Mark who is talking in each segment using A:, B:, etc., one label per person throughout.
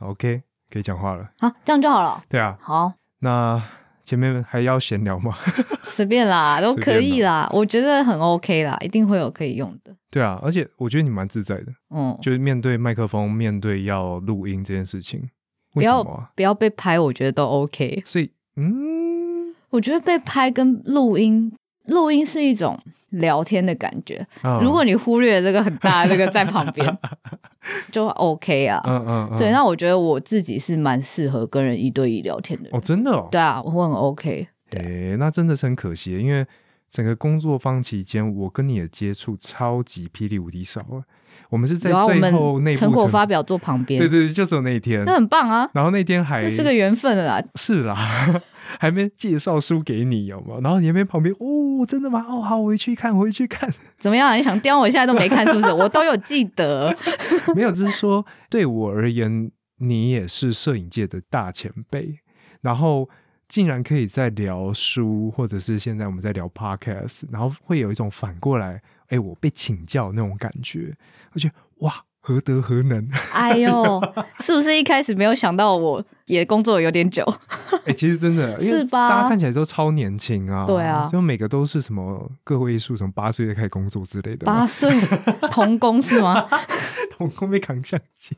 A: OK，可以讲话了。
B: 啊，这样就好了。
A: 对啊，
B: 好，
A: 那前面还要闲聊吗？
B: 随便啦，都
A: 随
B: 可
A: 便
B: 以啦，我觉得很 OK 啦，一定会有可以用的。
A: 对啊，而且我觉得你蛮自在的，
B: 嗯，
A: 就是面对麦克风，面对要录音这件事情，
B: 不
A: 为什
B: 要
A: 么、啊？
B: 不要被拍，我觉得都 OK。
A: 所以，嗯
B: 我觉得被拍跟录音，录音是一种聊天的感觉。
A: 啊，
B: 如果你忽略这个很大的这个在旁 边，就 OK 啊。
A: 嗯嗯嗯，
B: 对，那我觉得我自己是蛮适合跟人一对一聊天的人。
A: 哦，真的哦，
B: 对啊，我很 OK。对
A: 诶、那真的是很可惜，因为整个工作坊期间，我跟你的接触超级霹雳无敌少啊。我们是在
B: 有啊，我
A: 最后内
B: 们
A: 部
B: 成果发，表坐旁边，
A: 对对哎对，就只有那一天。
B: 那很棒啊，
A: 然后那天还
B: 那是个缘分了啦。
A: 是啦， 还没介绍书给你有吗？然后你那边旁边，哦，真的吗？哦，好，我回去看，我回去看。
B: 怎么样啊？你想刁我现在都没看，是不是？我都有记得。
A: 没有，只是说对我而言，你也是摄影界的大前辈，然后竟然可以在聊书，或者是现在我们在聊 podcast，然后会有一种反过来，哎，我被请教那种感觉，我觉得哇，何德何能？
B: 哎呦，是不是一开始没有想到我也工作有点久？
A: 哎，其实真 的，因为
B: 是吧
A: 大家看起来都超年轻啊，
B: 对啊
A: 就每个都是什么个位数，从八岁就开始工作之类的嘛，
B: 八岁童工是吗？
A: 我后面扛相 机，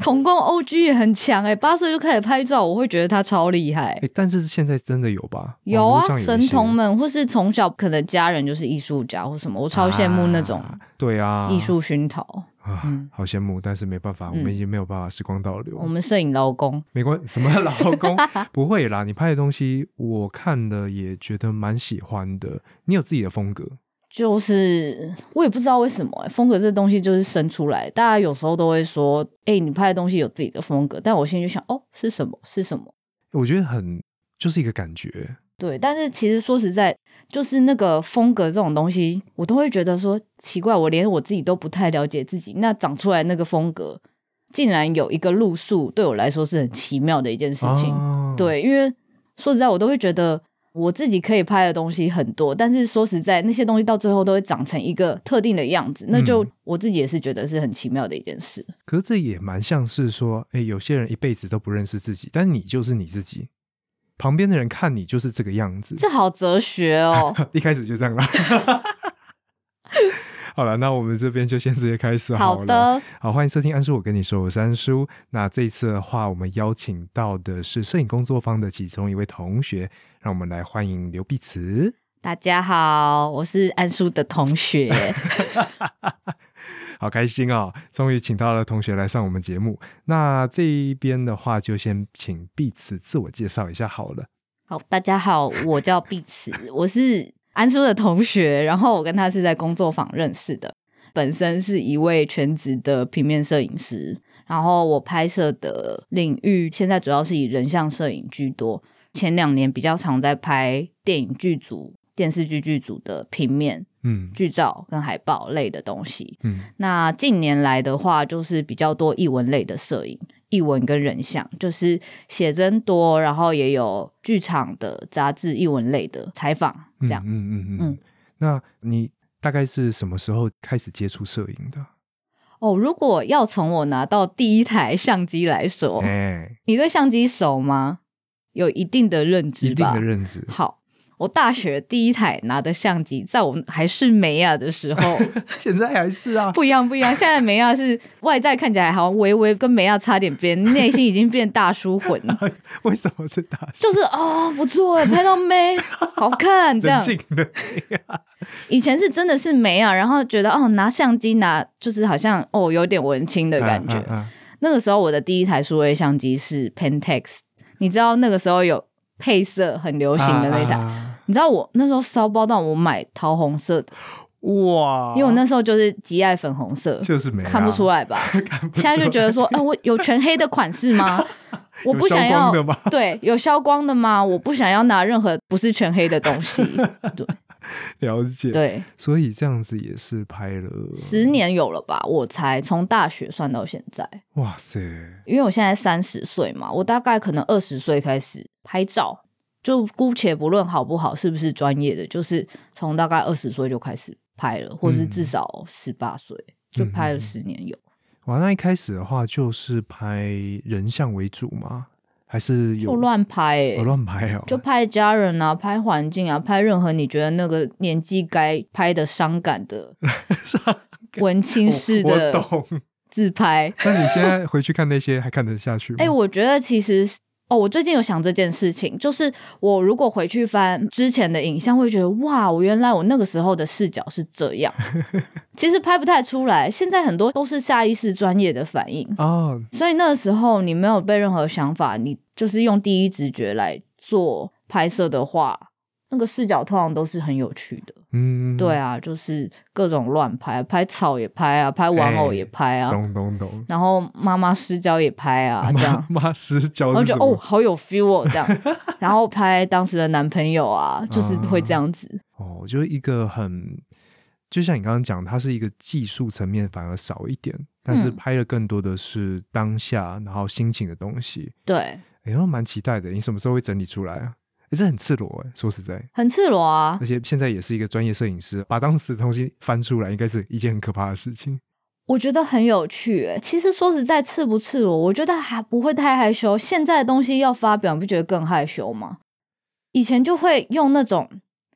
B: 童工 OG 也很强哎、八岁就开始拍照，我会觉得他超厉害。
A: 哎，但是现在真的有吧？
B: 有
A: 网
B: 啊
A: 络上，一
B: 神
A: 些
B: 童们或是从小可能家人就是艺术家或什么，我超羡慕那种
A: 啊对啊，
B: 艺术熏陶。
A: 啊，
B: 嗯
A: 好羡慕，但是没办法，我
B: 嗯
A: 们已经没有办法时光倒流。
B: 我们摄影劳工，
A: 没关什么老 公不会啦，你拍的东西我看了也觉得蛮喜欢的，你有自己的风格，
B: 就是我也不知道为什么、欸、风格这东西就是生出来，大家有时候都会说，哎、你拍的东西有自己的风格，但我心里就想，哦，是什么？是什么？
A: 我觉得很就是一个感觉，
B: 对，但是其实说实在，就是那个风格这种东西，我都会觉得说奇怪，我连我自己都不太了解自己，那长出来那个风格，竟然有一个路数，对我来说是很奇妙的一件事情。
A: 哦，
B: 对，因为说实在，我都会觉得我自己可以拍的东西很多，但是说实在，那些东西到最后都会长成一个特定的样子，那就
A: 嗯
B: 我自己也是觉得是很奇妙的一件事。
A: 可是这也蛮像是说，哎，有些人一辈子都不认识自己，但你就是你自己，旁边的人看你就是这个样子，。
B: 这好哲学哦
A: 一开始就这样啦。好了，那我们这边就先直接开始好了。
B: 好的，
A: 好，欢迎收听安叔，我跟你说，我是安叔。那这一次的话，我们邀请到的是摄影工作坊的其中一位同学，让我们来欢迎刘碧慈。
B: 大家好，我是安叔的同学。
A: 好开心哦，终于请到了同学来上我们节目。那这一边的话，就先请碧慈自我介绍一下好了。
B: 好，大家好，我叫碧慈，我是安叔的同学，然后我跟他是在工作坊认识的，本身是一位全职的平面摄影师，然后我拍摄的领域现在主要是以人像摄影居多，前两年比较常在拍电影剧组、电视剧剧组的平面
A: 嗯
B: 剧照跟海报类的东西。
A: 嗯
B: 那近年来的话，就是比较多译文类的摄影，译文跟人像，就是写真多，然后也有剧场的杂志译文类的采访，这样。
A: 嗯嗯嗯嗯
B: 嗯。
A: 那你大概是什么时候开始接触摄影的？
B: 哦，如果要从我拿到第一台相机来说，
A: 哎、
B: 你对相机熟吗？有一定的认
A: 一
B: 知
A: 定
B: 吧？
A: 的认知。
B: 好。我大学第一台拿的相机，在我还是梅亚的 时候，
A: 现在还是啊，
B: 不一样，不一样。现在梅亚是外在看起来好像微微跟梅亚差点边，内心已经变大叔魂。
A: 为什么是大师？
B: 就是哦，不错哎，拍到 妹，好看这
A: 冷
B: 样。
A: 静的。
B: 以前是真的是没啊，然后觉得哦，拿相机拿就是好像哦有点文青的感觉。
A: 啊啊啊
B: 那个时候我的第一台数位相机是 Pentax，你知道那个时候有配色很流行的那台，
A: 啊啊
B: 你知道我那时候骚包到我买桃红色的，
A: 哇，
B: 因为我那时候就是极爱粉红色，
A: 哦就是没、啊
B: 看不出
A: 来，
B: 来吧？
A: 看不出
B: 现在就觉得说，哎、我有全黑的款式 吗？我不想
A: 有消
B: 要
A: 光的 吗
B: 对，有消光的吗？我不想要拿任何不是全黑的 东西。对
A: 了解，，
B: 对，
A: 所以这样子也是拍了
B: 十，年有了吧？我才从大学算到现在，
A: 哇塞，
B: 因为我现在三十岁嘛，我大概可能二十岁开始拍照，就姑且不论好不好，是不是专业的，就是从大概二十岁就开始拍了，或是
A: 嗯
B: 至少十八岁就拍了十年有。
A: 哇，那一开始的话就是拍人像为主吗？还是有
B: 就乱拍、欸
A: 哦乱拍哦？
B: 就拍家人啊，拍环境啊，拍任何你觉得那个年纪该拍的伤感的 文青式的
A: 我我懂。
B: 自拍。
A: 那你现在回去看那些还看得下去吗？
B: 哎、我觉得其实是哦，我最近有想这件事情，就是我如果回去翻之前的影像，会觉得哇，我原来我那个时候的视角是这 样，其实拍不太出来。现在很多都是下意识专业的反应，
A: 哦，
B: 所以那个时候你没有被任何想法，你就是用第一直觉来做拍摄的话，那个视角通常都是很有趣的。
A: 嗯，
B: 对，啊，就是各种乱拍，拍草也拍啊，拍玩偶也拍啊，
A: 哎懂懂懂。
B: 然后妈妈失焦也拍啊，这样。
A: 妈妈失焦
B: 然后
A: 是
B: 就
A: 什
B: 哦，
A: 么？
B: 好有 feel 哦，这样， 然后拍当时的男朋友啊，就是
A: 嗯
B: 会这样子，
A: 哦，就是一个很，就像你刚刚讲，它是一个技术层面反而少一点，但是
B: 嗯
A: 拍的更多的是当下，然后心情的东西。
B: 对，
A: 哎、我蛮期待的。你什么时候会整理出来啊？哎，这很赤裸哎、说实在，
B: 很赤裸啊
A: 而。且现在也是一个专业摄影师，把当时的东西翻出来，应该是一件很可怕的事情。
B: 我觉得很有趣、欸。其实说实在，赤不赤裸，我觉得还不会太害羞。现在的东西要发表，你不觉得更害羞吗？以前就会用那种，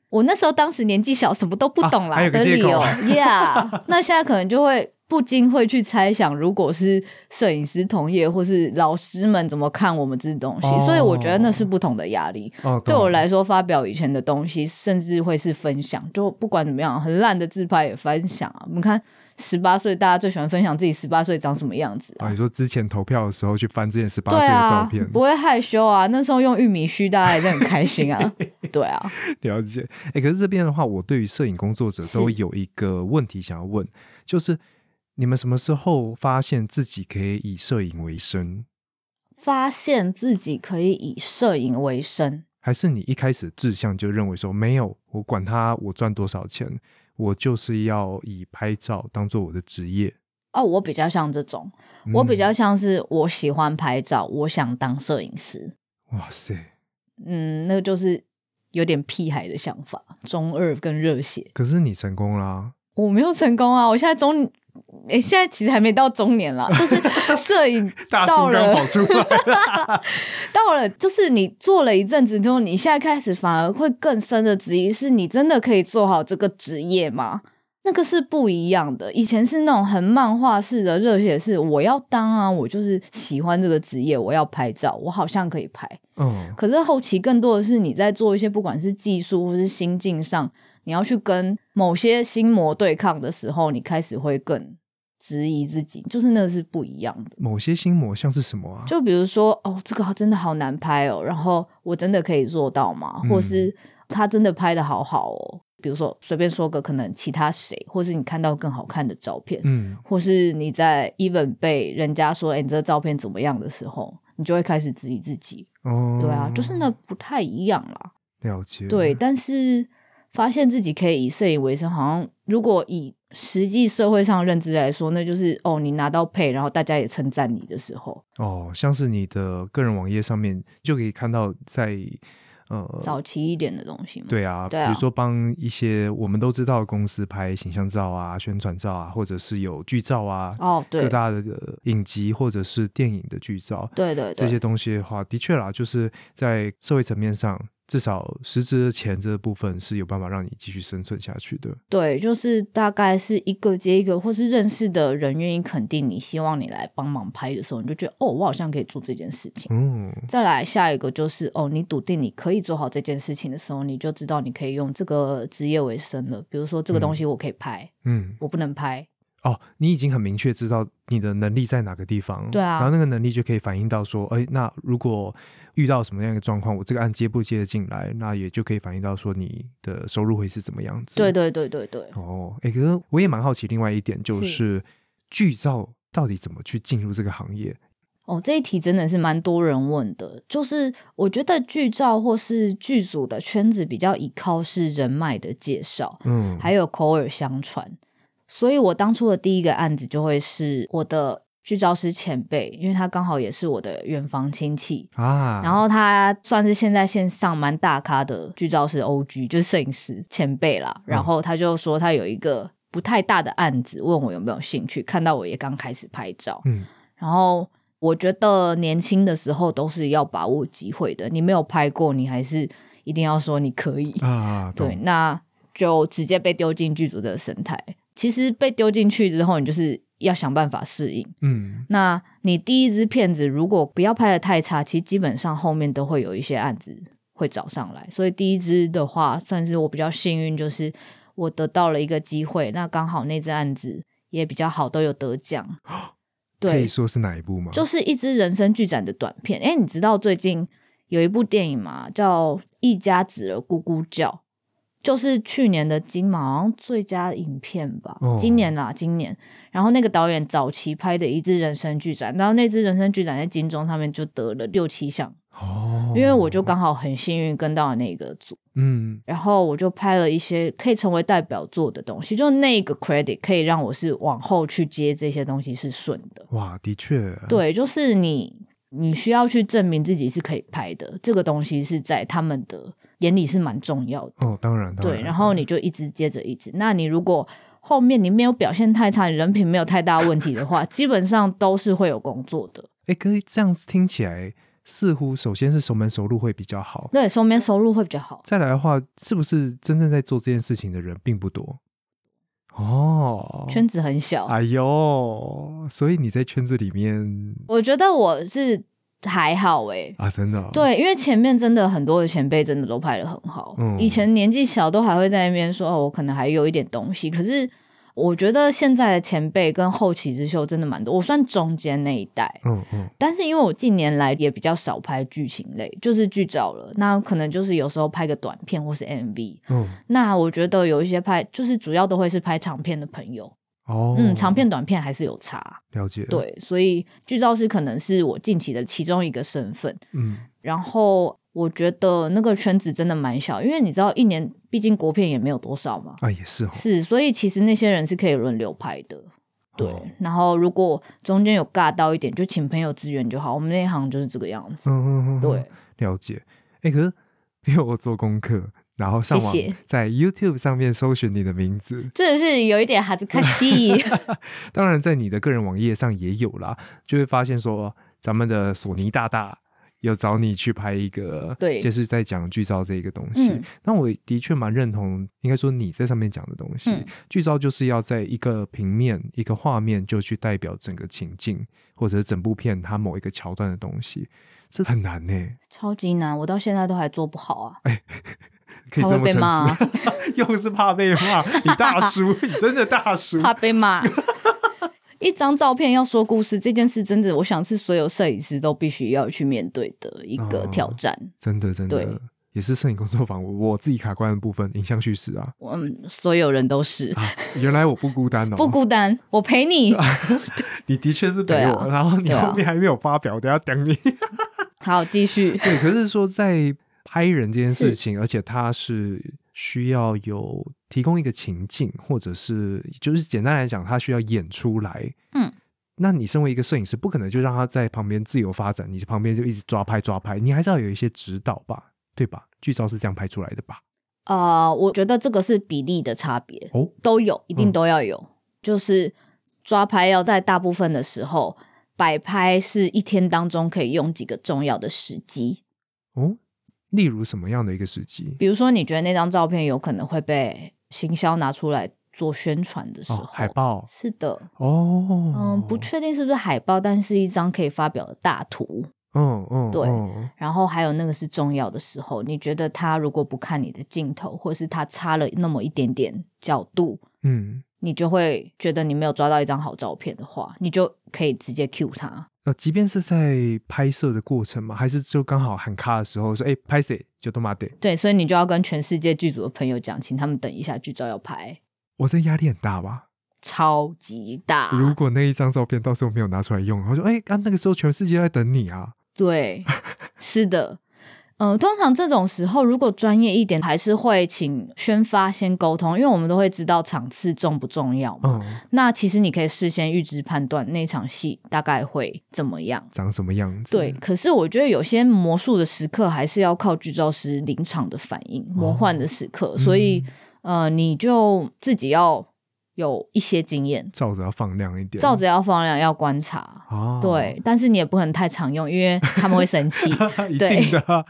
B: 我那时候当时年纪小，什么都不懂
A: 啊还
B: 啦、
A: 有个
B: 的
A: 借
B: 理
A: 口
B: 由，Yeah。那现在可能就会不禁会去猜想，如果是摄影师同业或是老师们怎么看我们这东西，
A: 哦
B: 所以我觉得那是不同的压力。
A: 哦，
B: 对我
A: 懂
B: 来说，发表以前的东西，甚至会是分享，就不管怎么样，很烂的自拍也分享啊。我们看十八岁，大家最喜欢分享自己十八岁长什么样子、啊。
A: 啊，你说之前投票的时候去翻之前十八
B: 对
A: 岁的照
B: 啊
A: 片，，
B: 不会害羞啊。那时候用玉米须，大家也是很开 心啊。对啊，
A: 了解。哎、可是这边的话，我对于摄影工作者都
B: 是
A: 有一个问题想要问，就是你们什么时候发现自己可以以摄影为生？
B: 发现自己可以以摄影为生，
A: 还是你一开始志向就认为说没有，我管他我赚多少钱，我就是要以拍照当做我的职业。
B: 哦，我比较像这种，我比
A: 嗯
B: 较像是我喜欢拍照，我想当摄影师。
A: 哇塞！
B: 嗯，那就是有点屁孩的想法，中二跟热血。
A: 可是你成功啦、
B: 我没有成功啊！我现在中，诶、现在其实还没到中年 啦，就是摄影
A: 大
B: 到
A: 叔刚
B: 了
A: 跑出 来，
B: 到了，就是你做了一阵子之后，你现在开始反而会更深的质疑：是你真的可以做好这个职业吗？那个是不一样的。以前是那种很漫画式的热血式，我要当啊，我就是喜欢这个职业，我要拍照，我好像可以拍。
A: 嗯，
B: 可是后期更多的是你在做一些不管是技术或是心境上，你要去跟某些心魔对抗的时候，你开始会更质疑自己，就是那是不一样的。
A: 某些心魔像是什么啊？
B: 就比如说，哦，这个真的好难拍哦，然后我真的可以做到吗？
A: 嗯
B: 或是他真的拍的好好哦？比如说随便说个可能其他谁，或是你看到更好看的照片，
A: 嗯，
B: 或是你在 even 被人家说，哎，你这个照片怎么样的时候，你就会开始质疑自己。
A: 哦，
B: 对啊，就是那不太一样啦。
A: 了解，
B: 对，但是发现自己可以以摄影为生，好像如果以实际社会上认知来说，那就是哦，你拿到配，然后大家也称赞你的时候，
A: 哦，像是你的个人网页上面就可以看到在，呃，
B: 早期一点的东西嘛。，
A: 对啊，
B: 对
A: 比
B: 啊
A: 如说帮一些我们都知道的公司拍形象照啊、宣传照啊，或者是有剧照啊，
B: 哦，
A: 各
B: 对，对
A: 大的呃影集或者是电影的剧照，
B: 对对，
A: 这些东西的话，的确啦，就是在社会层面上，至少实质的钱这部分是有办法让你继续生存下去的。
B: 对，就是大概是一个接一个，或是认识的人愿意肯定你，希望你来帮忙拍的时候，你就觉得哦，我好像可以做这件事情。
A: 嗯，
B: 再来下一个就是哦，你笃定你可以做好这件事情的时候，你就知道你可以用这个职业为生了。比如说这
A: 嗯
B: 个东西我可以拍，
A: 嗯，
B: 我不能拍，
A: 哦，你已经很明确知道你的能力在哪个地方，
B: 对啊
A: 然后那个能力就可以反映到说，哎，那如果遇到什么样一个状况，我这个案接不接得进来，那也就可以反映到说你的收入会是怎么样子。
B: 对。对对对对，
A: 哦，哎，可是我也蛮好奇，另外一点就是是剧照到底怎么去进入这个行业？
B: 哦，这一题真的是蛮多人问的，就是我觉得剧照或是剧组的圈子比较依靠是人脉的介绍，
A: 嗯，
B: 还有口耳相传，所以我当初的第一个案子就会是我的剧照师前辈，因为他刚好也是我的远房亲戚。
A: 啊，
B: 然后他算是现在线上蛮
A: 嗯
B: 大咖的剧照师 OG，就是摄影师前辈啦。然后他就说他有一个不太大的案子，问我有没有兴趣。看到我也刚开始拍照，
A: 嗯，
B: 然后我觉得年轻的时候都是要把握机会的。你没有拍过，你还是一定要说你可以。
A: 啊，
B: 对，
A: 懂，
B: 那就直接被丢进剧组的生态。其实被丢进去之后，你就是要想办法适应。
A: 嗯
B: 那你第一支片子如果不要拍的太差，其实基本上后面都会有一些案子会找上来。所以第一支的话，算是我比较幸运，就是我得到了一个机会。那刚好那支案子也比较好，都有得奖。
A: 啊可以
B: 对，
A: 说是哪一部吗？
B: 就是一支人生剧展的短片。哎，你知道最近有一部电影嘛，叫《一家子的咕咕叫》，就是去年的金马好像最佳影片吧，
A: 哦
B: 今年啦，今年。然后那个导演早期拍的一支人生剧展，然后那支人生剧展在金钟上面就得了六七项，
A: 哦，
B: 因为我就刚好很幸运跟到了那个组。
A: 嗯
B: 然后我就拍了一些可以成为代表作的东西，就那个 credit 可以让我是往后去接这些东西是顺的。
A: 哇，的确，，
B: 对，就是你你需要去证明自己是可以拍的，这个东西是在他们的眼里是蛮重要的。
A: 哦，当然，当
B: 对，然后你就一直接着一直，那你如果后面你没有表现太差，你人品没有太大问题的话，基本上都是会有工作的。
A: 哎，可以这样子听起来，似乎首先是熟门熟路会比较好，
B: 对，收面收入会比较好。
A: 再来的话，是不是真正在做这件事情的人并不多？哦，
B: 圈子很小，
A: 哎呦，所以你在圈子里面
B: 我觉得我是还好诶、
A: 啊，真的、哦，，
B: 对，因为前面真的很多的前辈真的都拍的很好，
A: 嗯
B: 以前年纪小都还会在那边说哦，我可能还有一点东西，可是我觉得现在的前辈跟后起之秀真的蛮多，我算中间那一代，
A: 嗯嗯，
B: 但是因为我近年来也比较少拍剧情类，就是剧照了，那可能就是有时候拍个短片或是 MV，
A: 嗯，
B: 那我觉得有一些拍就是主要都会是拍长片的朋友，
A: 哦，
B: 嗯，长片短片还是有差，
A: 了解，，
B: 对，所以剧照师可能是我近期的其中一个身份。
A: 嗯，
B: 然后我觉得那个圈子真的蛮小，因为你知道一年毕竟国片也没有多少嘛，
A: 啊，也是哦，
B: 是，所以其实那些人是可以轮流拍的。对，
A: 哦
B: 然后如果中间有尬到一点，就请朋友支援就好。我们那一行就是这个样子。
A: 嗯嗯嗯，
B: 对，
A: 了解。哎，可是 因为我做功课，然后上网
B: 谢谢
A: 在 YouTube 上面搜寻你的名字，
B: 真的是有一点哈子 卡西，
A: 当然在你的个人网页上也有啦，就会发现说咱们的索尼大大。有找你去拍一个，
B: 对
A: 就是在讲剧照这一个东西。
B: 嗯
A: 那我的确蛮认同，应该说你在上面讲的东西，
B: 嗯
A: 剧照就是要在一个平面、一个画面就去代表整个情境，或者是整部片它某一个桥段的东西，这很难呢、
B: 超级难，我到现在都还做不好啊。
A: 哎可以
B: 他
A: 这
B: 会
A: 么
B: 被
A: 诚实，
B: 骂啊
A: 又是怕被骂，你大叔，你真的大叔。
B: 怕被骂。一张照片要说故事这件事，真的，我想是所有摄影师都必须要去面对的一个
A: 哦
B: 挑战。
A: 真的真
B: 对
A: 的，也是摄影工作坊我我自己卡关的部分，影像叙事啊
B: 嗯，所有人都是
A: 啊，原来我不孤单哦，
B: 不，孤单，我陪 你。
A: 你的确是陪
B: 对啊
A: 我，然后你
B: 对啊
A: 后面还没有发表，等一下等 你。
B: 好，继续。
A: 对，可是说在拍人这件事
B: 是
A: 情，而且它是需要有提供一个情境，或者是就是简单来讲，它需要演出来。
B: 嗯，
A: 那你身为一个摄影师，不可能就让他在旁边自由发展，你旁边就一直抓拍抓拍，你还是要有一些指导吧，对吧？剧照是这样拍出来的吧？
B: 呃，我觉得这个是比例的差别，
A: 哦，
B: 都有，一定
A: 嗯
B: 都要有。就是抓拍要在大部分的时候，摆拍是一天当中可以用几个重要的时机。
A: 哦，例如什么样的一个时机？
B: 比如说，你觉得那张照片有可能会被行销拿出来做宣传的时候，
A: 哦，海报
B: 是的，
A: 哦，
B: 嗯，不确定是不是海报，但是一张可以发表的大图。
A: 嗯，嗯嗯，
B: 对然后还有那个是重要的时候，你觉得他如果不看你的镜头，或是他差了那么一点点角度，
A: 嗯，
B: 你就会觉得你没有抓到一张好照片的话，你就可以直接 cue 他。
A: 呃，即便是在拍摄的过程嘛，还是就刚好喊卡的时候说，哎、拍谁就他妈的，
B: 对，所以你就要跟全世界剧组的朋友讲，请他们等一下剧照要拍，
A: 我这压力很大吧？
B: 超级大。
A: 如果那一张照片到时候没有拿出来用，我说，哎、啊，那个时候全世界在等你啊，
B: 对，是的。嗯、通常这种时候，如果专业一点，还是会请宣发先沟通，因为我们都会知道场次重不重要嘛。
A: 嗯，
B: 那其实你可以事先预知判断那场戏大概会怎么样。
A: 长什么样子？
B: 对，，可是我觉得有些魔术的时刻还是要靠剧照师临
A: 哦嗯
B: 场的反应，魔幻的时刻，所以、呃，你就自己要有一些经验，
A: 照着要放亮一点，
B: 照着要放量，要观察。
A: 啊，
B: 对，，但是你也不能太常用，因为他们会生气。
A: 一
B: 对
A: 定的啊、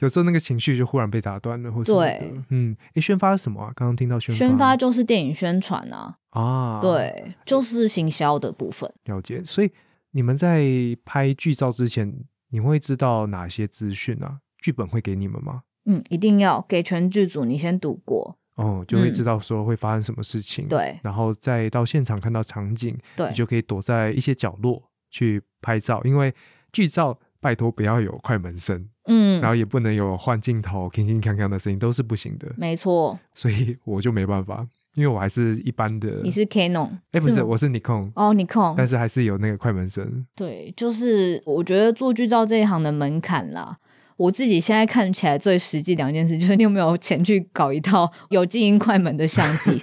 A: 有时候那个情绪就忽然被打断了，或什么的
B: 对，
A: 嗯，诶，宣发是什么啊？刚刚听到宣
B: 宣发
A: 发
B: 就是电影宣传啊，
A: 啊，，
B: 对，就是行销的部分。
A: 了解。所以你们在拍剧照之前，你会知道哪些资讯啊？剧本会给你们吗？
B: 嗯，一定要给全剧组你先读过，
A: 哦，就会
B: 嗯
A: 知道说会发生什么事情，，
B: 对
A: 然后再到现场看到场景，
B: 对
A: 你，就可以躲在一些角落去拍照，因为剧照拜托不要有快门声，
B: 嗯
A: 然，后也不能有换镜头、铿铿锵锵的声音，都是不行的。
B: 没错，
A: 所以我就没办法，因为我还是一般的。
B: 你是 Canon，
A: 哎，不是，
B: 吗
A: 我是 Nikon，
B: 哦，你控
A: 但是还是有那个快门声。
B: 对，就是我觉得做剧照这一行的门槛啦。我自己现在看起来最实际两件事，就是你有没有钱去搞一套有静音快门的相 机，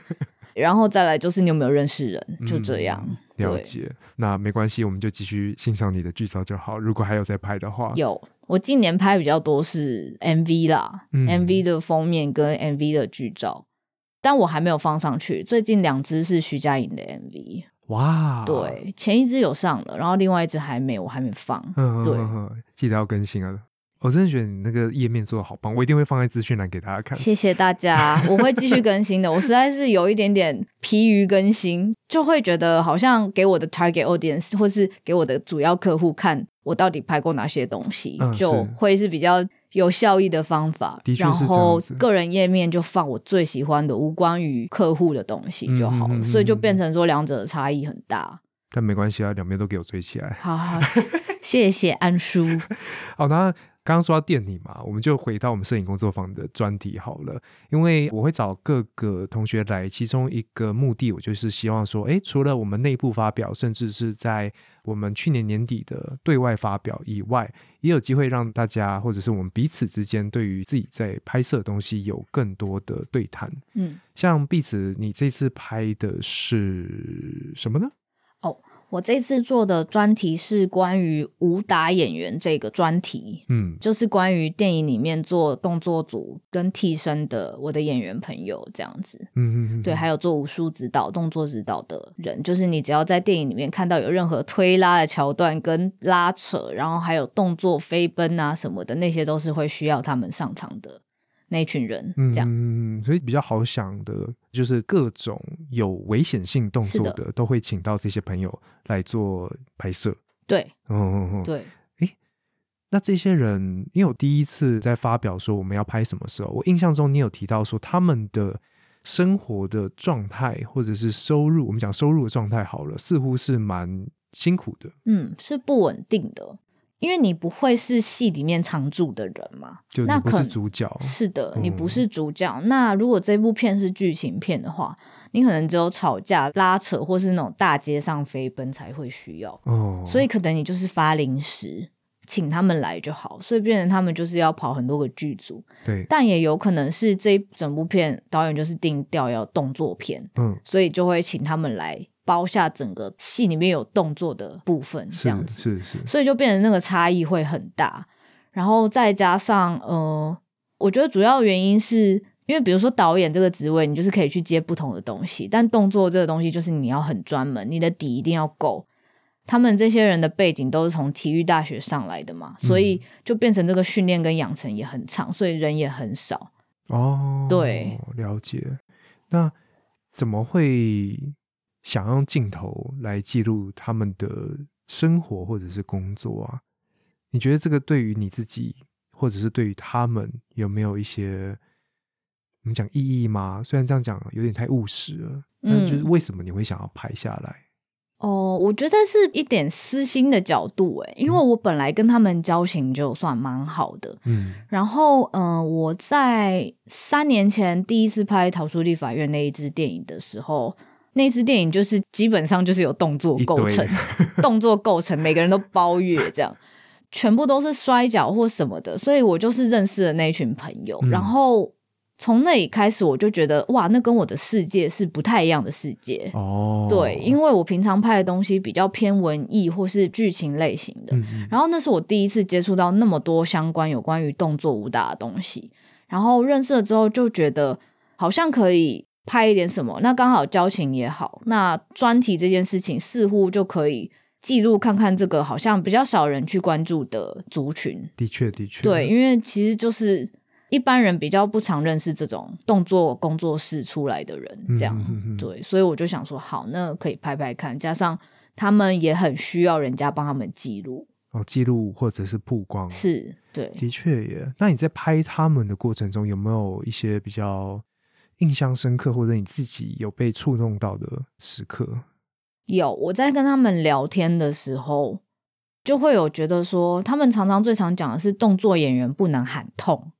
B: 然后再来就是你有没有认识人，就这样。
A: 嗯了
B: 对
A: 解，那没关系，我们就继续欣赏你的剧照就好。如果还有在拍的话，
B: 有，我今年拍比较多是 MV 啦、
A: 嗯
B: m v 的封面跟 MV 的剧照，但我还没有放上去。最近两支是徐佳莹的 MV，、
A: 哇，，
B: 对，前一支有上了，然后另外一支还没，我还没放。
A: 嗯，
B: 对
A: 嗯嗯嗯记得要更新啊！我真的觉得你那个页面做的好棒，我一定会放在资讯栏给大家 看。
B: 谢谢大家，我会继续更新的。我实在是有一点点疲于更新，就会觉得好像给我的 target audience 或是给我的主要客户看我到底拍过哪些东西，
A: 嗯
B: 就是会是比较有效益的方法。
A: 的确
B: 然
A: 是这样
B: 后
A: 子
B: 个人页面就放我最喜欢的无关于客户的东西就好了，
A: 嗯嗯嗯嗯嗯
B: 所以就变成说两者的差异很大。
A: 但没关系啊，两边都给我追起来。
B: 好好，谢谢 安叔。
A: 好，哦那刚刚说到店里嘛，我们就回到我们摄影工作坊的专题好了。因为我会找各个同学来，其中一个目的我就是希望说，诶，除了我们内部发表，甚至是在我们去年年底的对外发表以外，也有机会让大家或者是我们彼此之间对于自己在拍摄的东西有更多的对谈。
B: 嗯，
A: 像碧池，你这次拍的是什么呢？
B: 我这次做的专题是关于武打演员这个专题。
A: 嗯，
B: 就是关于电影里面做动作组跟替身的我的演员朋友这样子，
A: 嗯，嗯
B: 对，还有做武术指导、动作指导的人，就是你只要在电影里面看到有任何推拉的桥段跟拉扯，然后还有动作飞奔啊什么的，那些都是会需要他们上场的那群人，这样、
A: 嗯，所以比较好想的就是各种有危险性动作
B: 是
A: 的，都会请到这些朋友来做拍摄。
B: 对
A: 嗯嗯嗯。
B: 对，
A: 那这些人，因为我第一次在发表说我们要拍什么时候，我印象中你有提到说他们的生活的状态或者是收入，我们讲收入的状态好了，似乎是蛮辛苦的，
B: 嗯，是不稳定的，因为你不会是戏里面常驻的人嘛，
A: 就
B: 那
A: 你不
B: 可
A: 是
B: 能
A: 主角。
B: 是的，你不
A: 哦嗯
B: 是主角。那如果这部片是剧情片的话，你可能只有吵架、拉扯，或是那种大街上飞奔才会需要。
A: 哦，
B: 所以可能你就是发零食，请他们来就好。所以变成他们就是要跑很多个剧组，
A: 对，
B: 但也有可能是这一整部片导演就是定调要动作片，
A: 嗯，
B: 所以就会请他们来包下整个戏里面有动作的部分，这
A: 是
B: 样子。
A: 是是，
B: 所以就变成那个差异会很大。然后再加上，呃，我觉得主要原因是因为，比如说导演这个职位，你就是可以去接不同的东西，但动作这个东西就是你要很专门，你的底一定要够。他们这些人的背景都是从体育大学上来的嘛，所以就变成这个训练跟养成也很长，所以人也很少。
A: 哦，
B: 对，
A: 了解。那怎么会想用镜头来记录他们的生活或者是工作啊？你觉得这个对于你自己，或者是对于他们，有没有一些我们讲意义吗？虽然这样讲有点太务实了，但
B: 嗯
A: 就是为什么你会想要拍下来？
B: 哦，我觉得是一点私心的角度诶，因为我本来跟他们交情就算蛮好的，
A: 嗯
B: 然后，嗯、我在三年前第一次拍《逃出立法院》那一支电影的时候，那支电影就是基本上就是有动作
A: 一
B: 构
A: 堆
B: 成，动作构成，每个人都包月这样，全部都是摔跤或什么的，所以我就是认识了那一群朋友，
A: 嗯
B: 然后从那里开始，我就觉得哇，那跟我的世界是不太一样的世界。
A: 哦，
B: 对，因
A: 为
B: 为我平常拍的东西比较偏文艺或是剧情类型的，
A: 嗯嗯
B: 然后那是我第一次接触到那么多相关有关于动作武打的东西，然后认识了之后就觉得好像可以拍一点什么，那刚好交情也好，那专题这件事情似乎就可以记录看看这个好像比较少人去关注的族群。
A: 的确的确，
B: 对，因为其实就是一般人比较不常认识这种动作工作室出来的人，这样、
A: 嗯嗯嗯嗯
B: 对，所以我就想说，好，那可以拍拍看，加上他们也很需要人家帮他们记录，
A: 哦，记录或者是曝光，
B: 是对，
A: 的确耶。那你在拍他们的过程中，有没有一些比较印象深刻，或者你自己有被触动到的时刻？
B: 有我在跟他们聊天的时候，就会有觉得说，他们常常最常讲的是动作演员不能喊痛，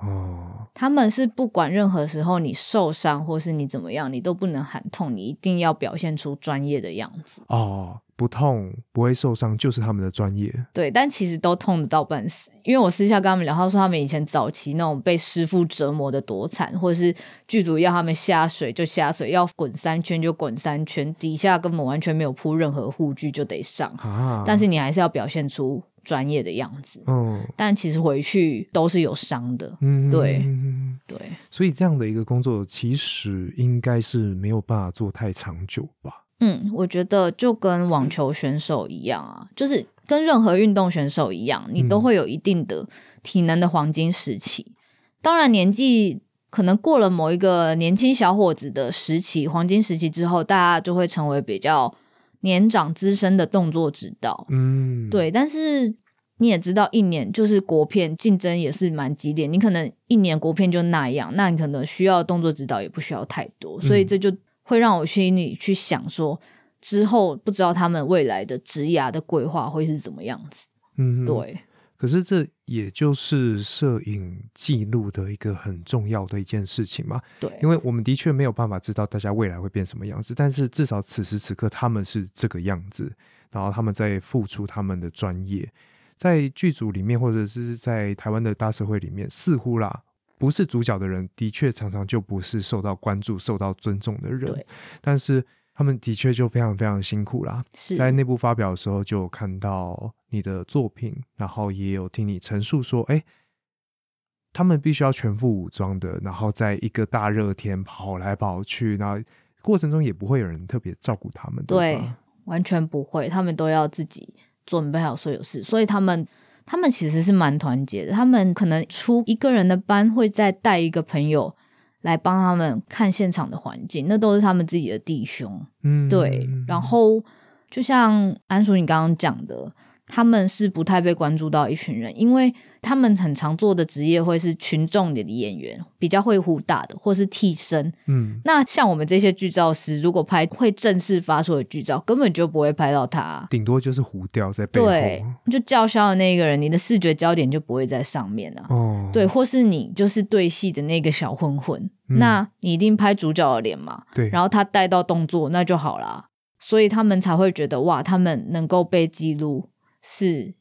A: 哦，
B: 他们是不管任何时候你受伤或是你怎么样，你都不能喊痛，你一定要表现出专业的样子。
A: 哦，不痛不会受伤，就是他们的专业。
B: 对，但其实都痛得到半死。因为我私下跟他们聊，他说他们以前早期那种被师傅折磨的多惨，或者是剧组要他们下水就下水，要滚三圈就滚三圈，底下根本完全没有铺任何护具就得上。
A: 啊，
B: 但是你还是要表现出专业的样子。
A: 嗯
B: 但其实回去都是有伤的，
A: 嗯，
B: 对
A: 嗯
B: 对，
A: 所以这样的一个工作，其实应该是没有办法做太长久吧？
B: 嗯，我觉得就跟网球选手一样啊，就是跟任何运动选手一样，你都
A: 嗯
B: 会有一定的体能的黄金时期。当然，年纪可能过了某一个年轻小伙子的时期，黄金时期之后，大家就会成为比较年长资深的动作指导。
A: 嗯，，
B: 对，但是你也知道，一年就是国片竞争也是蛮激烈，你可能一年国片就那样，那你可能需要动作指导也不需要太多，所以
A: 嗯
B: 这就会让我心里去想说，之后不知道他们未来的职涯的规划会是怎么样子。
A: 嗯，。
B: 对，
A: 可是这也就是摄影记录的一个很重要的一件事情嘛，
B: 对，
A: 因为我们的确没有办法知道大家未来会变什么样子，但是至少此时此刻他们是这个样子，然后他们在付出他们的专业，在剧组里面或者是在台湾的大社会里面，似乎啦。不是主角的人，的确常常就不是受到关注、受到尊重的人
B: 对。
A: 但是他们的确就非常非常辛苦啦。
B: 是
A: 在内部发表的时候，就有看到你的作品，然后也有听你陈述说，哎，他们必须要全副武装的，然后在一个大热天跑来跑去，那过程中也不会有人特别照顾他们，对
B: 对
A: 吧？，
B: 完全不会，他们都要自己准备好所有事，所以他们他们其实是蛮团结的。他们可能出一个人的班，会再带一个朋友来帮他们看现场的环境，那都是他们自己的弟兄。
A: 嗯，
B: 对，然后就像安叔你刚刚讲的，他们是不太被关注到一群人，因为他们很常做的职业会是群众里的演员，比较会呼打的，或是替身，
A: 嗯，
B: 那像我们这些剧照师，如果拍会正式发出的剧照，根本就不会拍到他。啊
A: 顶多就是糊掉在背
B: 对
A: 后，，
B: 就叫嚣的那个人，你的视觉焦点就不会在上面啊。
A: 哦，
B: 对，或是你就是对戏的那个小混混，
A: 嗯
B: 那你一定拍主角的脸嘛，
A: 对，
B: 然
A: 后
B: 后他带到动作，那就好啦。所以他们才会觉得哇，他们能够被记录是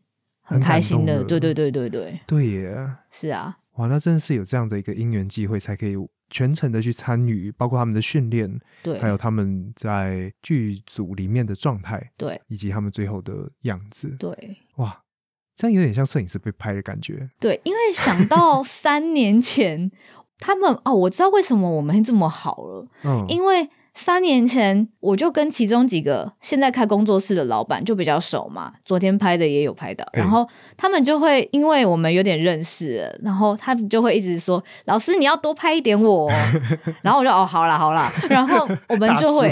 B: 很
A: 很感
B: 开心的。
A: 动的
B: 对对对对对，
A: 对耶，
B: 是啊，
A: 哇，那真的是有这样的一个因缘机会，才可以全程的去参与，包括他们的训练，
B: 对
A: 还有他们在剧组里面的状态，
B: 对
A: 以及他们最后的样子。
B: 对
A: 哇，这样有点像摄影师被拍的感觉。
B: 对，因为想到三年前，他们哦，我知道为什么我们会这么好了，
A: 嗯，
B: 因为三年前我就跟其中几个现在开工作室的老板就比较熟嘛，昨天拍的也有拍到，
A: 对
B: 然后他们就会因为我们有点认识了，然后他们就会一直说：“老师，你要多拍一点我、哦。”然后我就哦，好啦好啦，然后我们就会，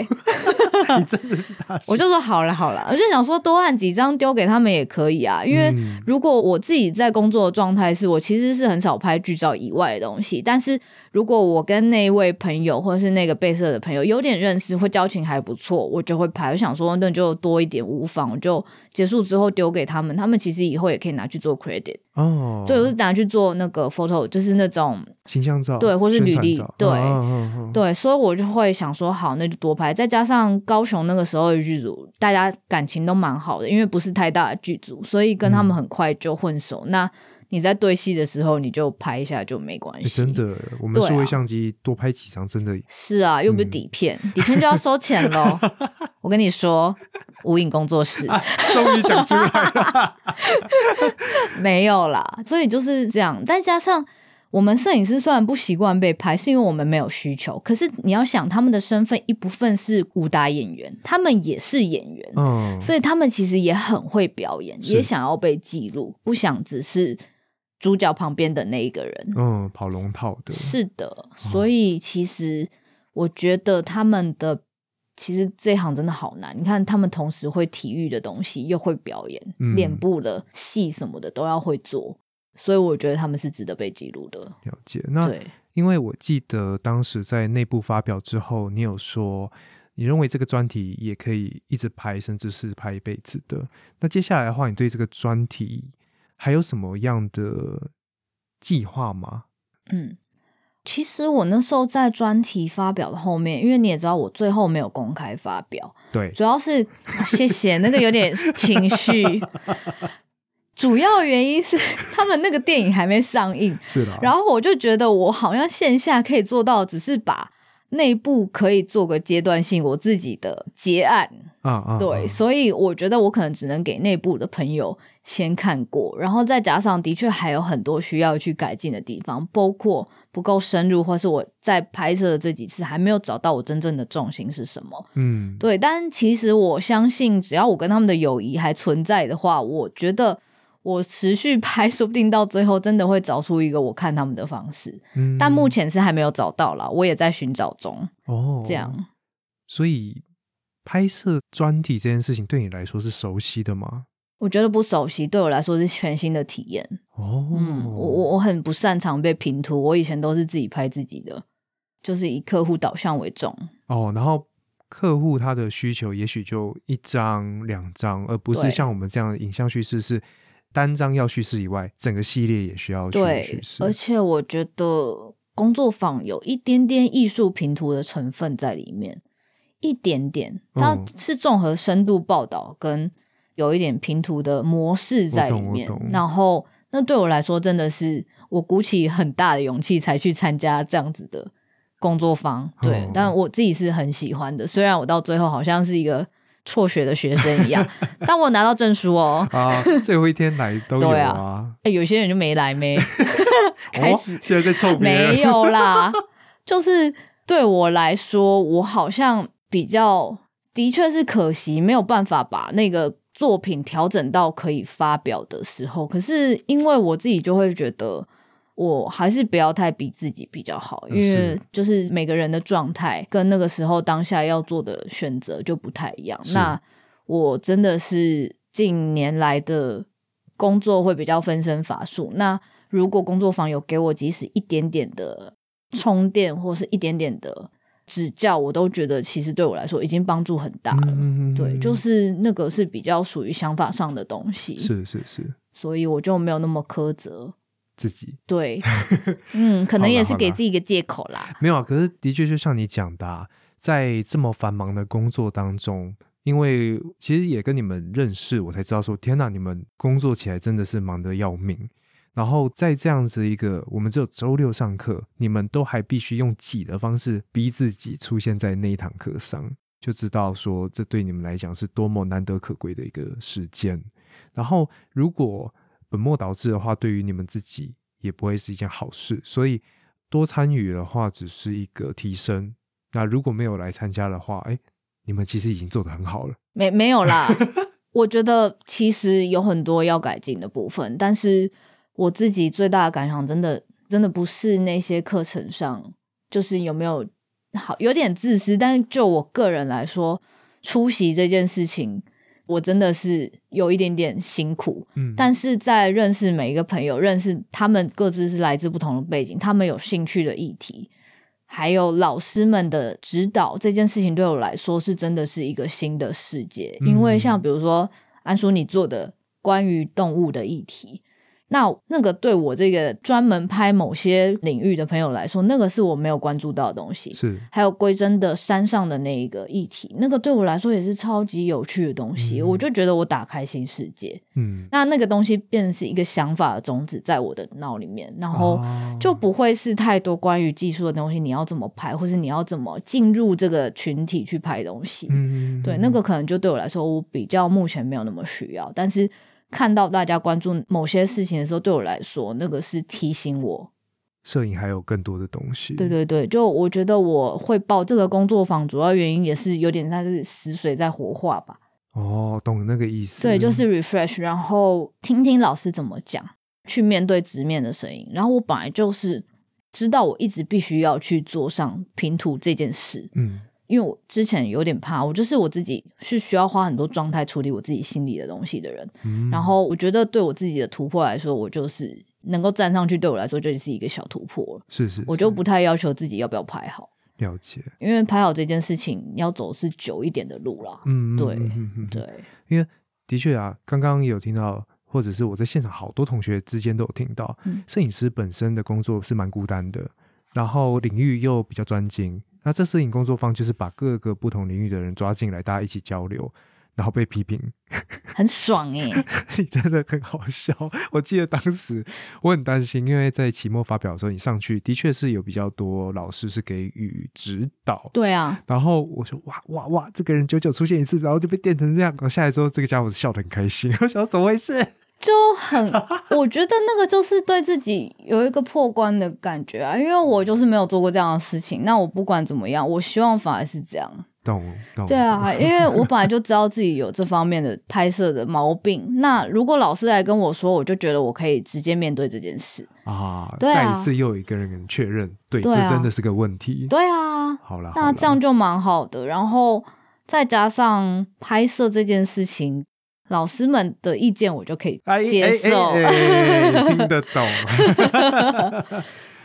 A: 你真的是大叔，
B: 我就说好了好了，我就想说多按几张丢给他们也可以啊，因为。
A: 嗯
B: 如果我自己在工作的状态是我其实是很少拍剧照以外的东西，但是如果我跟那一位朋友或者是那个被摄的朋友有点认识或交情还不错，我就会拍。我想说那就多一点无妨，我就结束之后丢给他们，他们其实以后也可以拿去做 credit，
A: 哦，
B: 对，我是拿去做那个 photo，就是那种
A: 形象照，
B: 对或是
A: 宣
B: 履
A: 传
B: 历
A: 照
B: 对
A: 嗯嗯嗯嗯
B: 对，所以我就会想说，好，那就多拍。再加上高雄那个时候的剧组，大家感情都蛮好的，因为不是太大的剧组，所以跟他
A: 嗯
B: 们很快就混熟。那你在对戏的时候，你就拍一下就没关
A: 诶
B: 系。
A: 欸哎真，的，我们
B: 对啊
A: 数位相机多拍几张，真的
B: 是啊，又不是
A: 嗯
B: 底片，底片就要收钱 喽。我跟你说，无影工作室、
A: 啊，终于讲出 来了。
B: 没有啦，所以就是这样。再加上。我们摄影师虽然不习惯被拍，是因为我们没有需求。可是你要想，他们的身份一部分是武打演员，他们也是演员，
A: 嗯，
B: 所以他们其实也很会表演，
A: 是
B: 也想要被记录，不想只是主角旁边的那一个人。
A: 嗯，跑龙套的，
B: 是的，所以其实我觉得他们的其实这行真的好难。你看，他们同时会体育的东西，又会表演，
A: 嗯
B: 脸部的戏什么的都要会做，所以我觉得他们是值得被记录的。
A: 了解。那
B: 对，
A: 因为我记得当时在内部发表之后，你有说你认为这个专题也可以一直拍，甚至是拍一辈子的。那接下来的话，你对这个专题还有什么样的计划吗？
B: 嗯。其实我那时候在专题发表的后面，因为你也知道我最后没有公开发表，
A: 对，
B: 主要是谢谢那个有点情绪，主要原因是他们那个电影还没上映，
A: 是啦。
B: 然后我就觉得我好像线下可以做到，只是把内部可以做个阶段性我自己的结案，
A: 啊啊，
B: 对，
A: 啊
B: 所以我觉得我可能只能给内部的朋友先看过，然后再加上的确还有很多需要去改进的地方，包括不够深入，或是我在拍摄的这几次还没有找到我真正的重心是什么。
A: 嗯，
B: 对，但其实我相信，只要我跟他们的友谊还存在的话，我觉得我持续 拍，说不定到最后真的会找出一个我看他们的方式。
A: 嗯
B: 但目前是还没有找到啦，我也在寻找中。
A: 哦
B: 这样，
A: 所以拍摄专题这件事情对你来说是熟悉的吗？
B: 我觉得不熟悉，对我来说是全新的体验。
A: 哦，
B: 嗯，我我我很不擅长被拼图，我以前都是自己拍自己的，就是以客户导向为重。
A: 哦，然后客户他的需求也许就一张两张，而不是
B: 对
A: 像我们这样的影像叙事是单张要叙事以外，整个系列也需要去叙
B: 对，
A: 事。
B: 而且我觉得工作坊有一点点艺术拼图的成分在里面，一点点，它
A: 嗯
B: 是综合深度报道跟有一点拼图的模式在里面
A: 我懂我懂。
B: 然后，那对我来说真的是我鼓起很大的勇气才去参加这样子的工作坊。对，
A: 哦
B: 但我自己是很喜欢的，虽然我到最后好像是一个辍学的学生一样， 但我拿到证书哦。
A: 啊，最后一天来都有
B: 对啊
A: 啊，
B: 哎、有些人就没来没，开
A: 哦
B: 始
A: 现在在臭别人，
B: 没有啦， 就是对我来说，我好像比较的确是可惜，没有办法把那个作品调整到可以发表的时候。可是因为我自己就会觉得。我还是不要太逼自己比较好，因
A: 嗯是
B: 为就是每个人的状态跟那个时候当下要做的选择就不太一样。
A: 是
B: 那我真的是近年来的工作会比较分身乏术。那如果工作坊有给我即使一点点的充电，或是一点点的指教，我都觉得其实对我来说已经帮助很大了。
A: 嗯
B: 对，就是那个是比较属于想法上的东西，
A: 是是是
B: 所以我就没有那么苛责。
A: 自己
B: 对，嗯，可能也
A: 好啦
B: 是
A: 好
B: 给
A: 啦
B: 自己一个借口啦。
A: 没有啊。可是的确就像你讲的、啊，在这么繁忙的工作当中。因为其实也跟你们认识，我才知道说，天哪，你们工作起来真的是忙得要命。然后在这样子一个，我们只有周六上课，你们都还必须用挤的方式逼自己出现在那一堂课上，就知道说这对你们来讲是多么难得可贵的一个时间。然后如果本末倒置的话，对于你们自己也不会是一件好事。所以多参与的话，只是一个提升。那如果没有来参加的话，哎，你们其实已经做得很好了。
B: 没没有啦，我觉得其实有很多要改进的部分，但是我自己最大的感想，真的真的不是那些课程上，就是有没有好，有点自私，但是就我个人来说，出席这件事情，我真的是有一点点辛苦，
A: 嗯，
B: 但是在认识每一个朋友，认识他们各自是来自不同的背景，他们有兴趣的议题，还有老师们的指导，这件事情对我来说是真的是一个新的世界。因为像
A: 嗯
B: 比如说安叔你做的关于动物的议题，那那个对我这个专门拍某些领域的朋友来说，那个是我没有关注到的东西。
A: 是
B: 还有龟真的山上的那一个议题，那个对我来说也是超级有趣的东西，
A: 嗯
B: 我就觉得我打开新世界。
A: 嗯，
B: 那那个东西变成是一个想法的种子在我的脑里面，然后
A: 哦
B: 就不会是太多关于技术的东西，你要怎么拍，或是你要怎么进入这个群体去拍东西。
A: 嗯，
B: 对，那个可能就对我来说，我比较目前没有那么需要，但是看到大家关注某些事情的时候，对我来说，那个是提醒我
A: 摄影还有更多的东西。
B: 对对对，就我觉得我会报这个工作坊，主要原因也是有点像是死水在活化吧。
A: 哦，懂那个意思。
B: 对，就是 refresh，然后听听老师怎么讲，去面对直面的声音。然后我本来就是知道我一直必须要去做上拼图这件事，
A: 嗯
B: 因为我之前有点怕，我就是我自己是需要花很多状态处理我自己心里的东西的人。
A: 嗯，
B: 然后我觉得对我自己的突破来说，我就是能够站上去，对我来说就是一个小突破了。
A: 是是，
B: 我就是不太要求自己要不要拍好，
A: 了解，
B: 因为拍好这件事情要走是久一点的路啦。
A: 嗯，嗯
B: 对
A: 嗯嗯嗯
B: 对，
A: 因为的确啊，刚刚有听到，或者是我在现场好多同学之间都有听到，
B: 嗯
A: 摄影师本身的工作是蛮孤单的，然后领域又比较专精。那这摄影工作坊就是把各个不同领域的人抓进来，大家一起交流，然后被批评，
B: 很爽哎、
A: 你真的很好笑。我记得当时我很担心，因为在期末发表的时候，你上去的确是有比较多老师是给予指导，
B: 对啊，
A: 然后我说哇哇哇，这个人久久出现一次，然后就被电成这样。我下来之后，这个家伙笑得很开心， 我想怎么回事？
B: 就 很，我觉得那个就是对自己有一个破关的感觉啊，因为我就是没有做过这样的事情。那我不管怎么样，我希望反而是这
A: 嗯
B: 样。
A: 懂懂。
B: 对啊，因为我本来就知道自己有这方面的拍摄的 毛病。那如果老师来跟我说，我就觉得我可以直接面对这件事。
A: 懂啊，
B: 对啊
A: 再一次又有一个人跟确认，对，
B: 对啊
A: 这真的是个问题。
B: 对啊，
A: 好啦，好
B: 那
A: 啦
B: 这样就蛮好的。然后再加上拍摄这件事情，老师们的意见我就可以
A: 哎
B: 接受。
A: 哎哎哎哎听得 懂。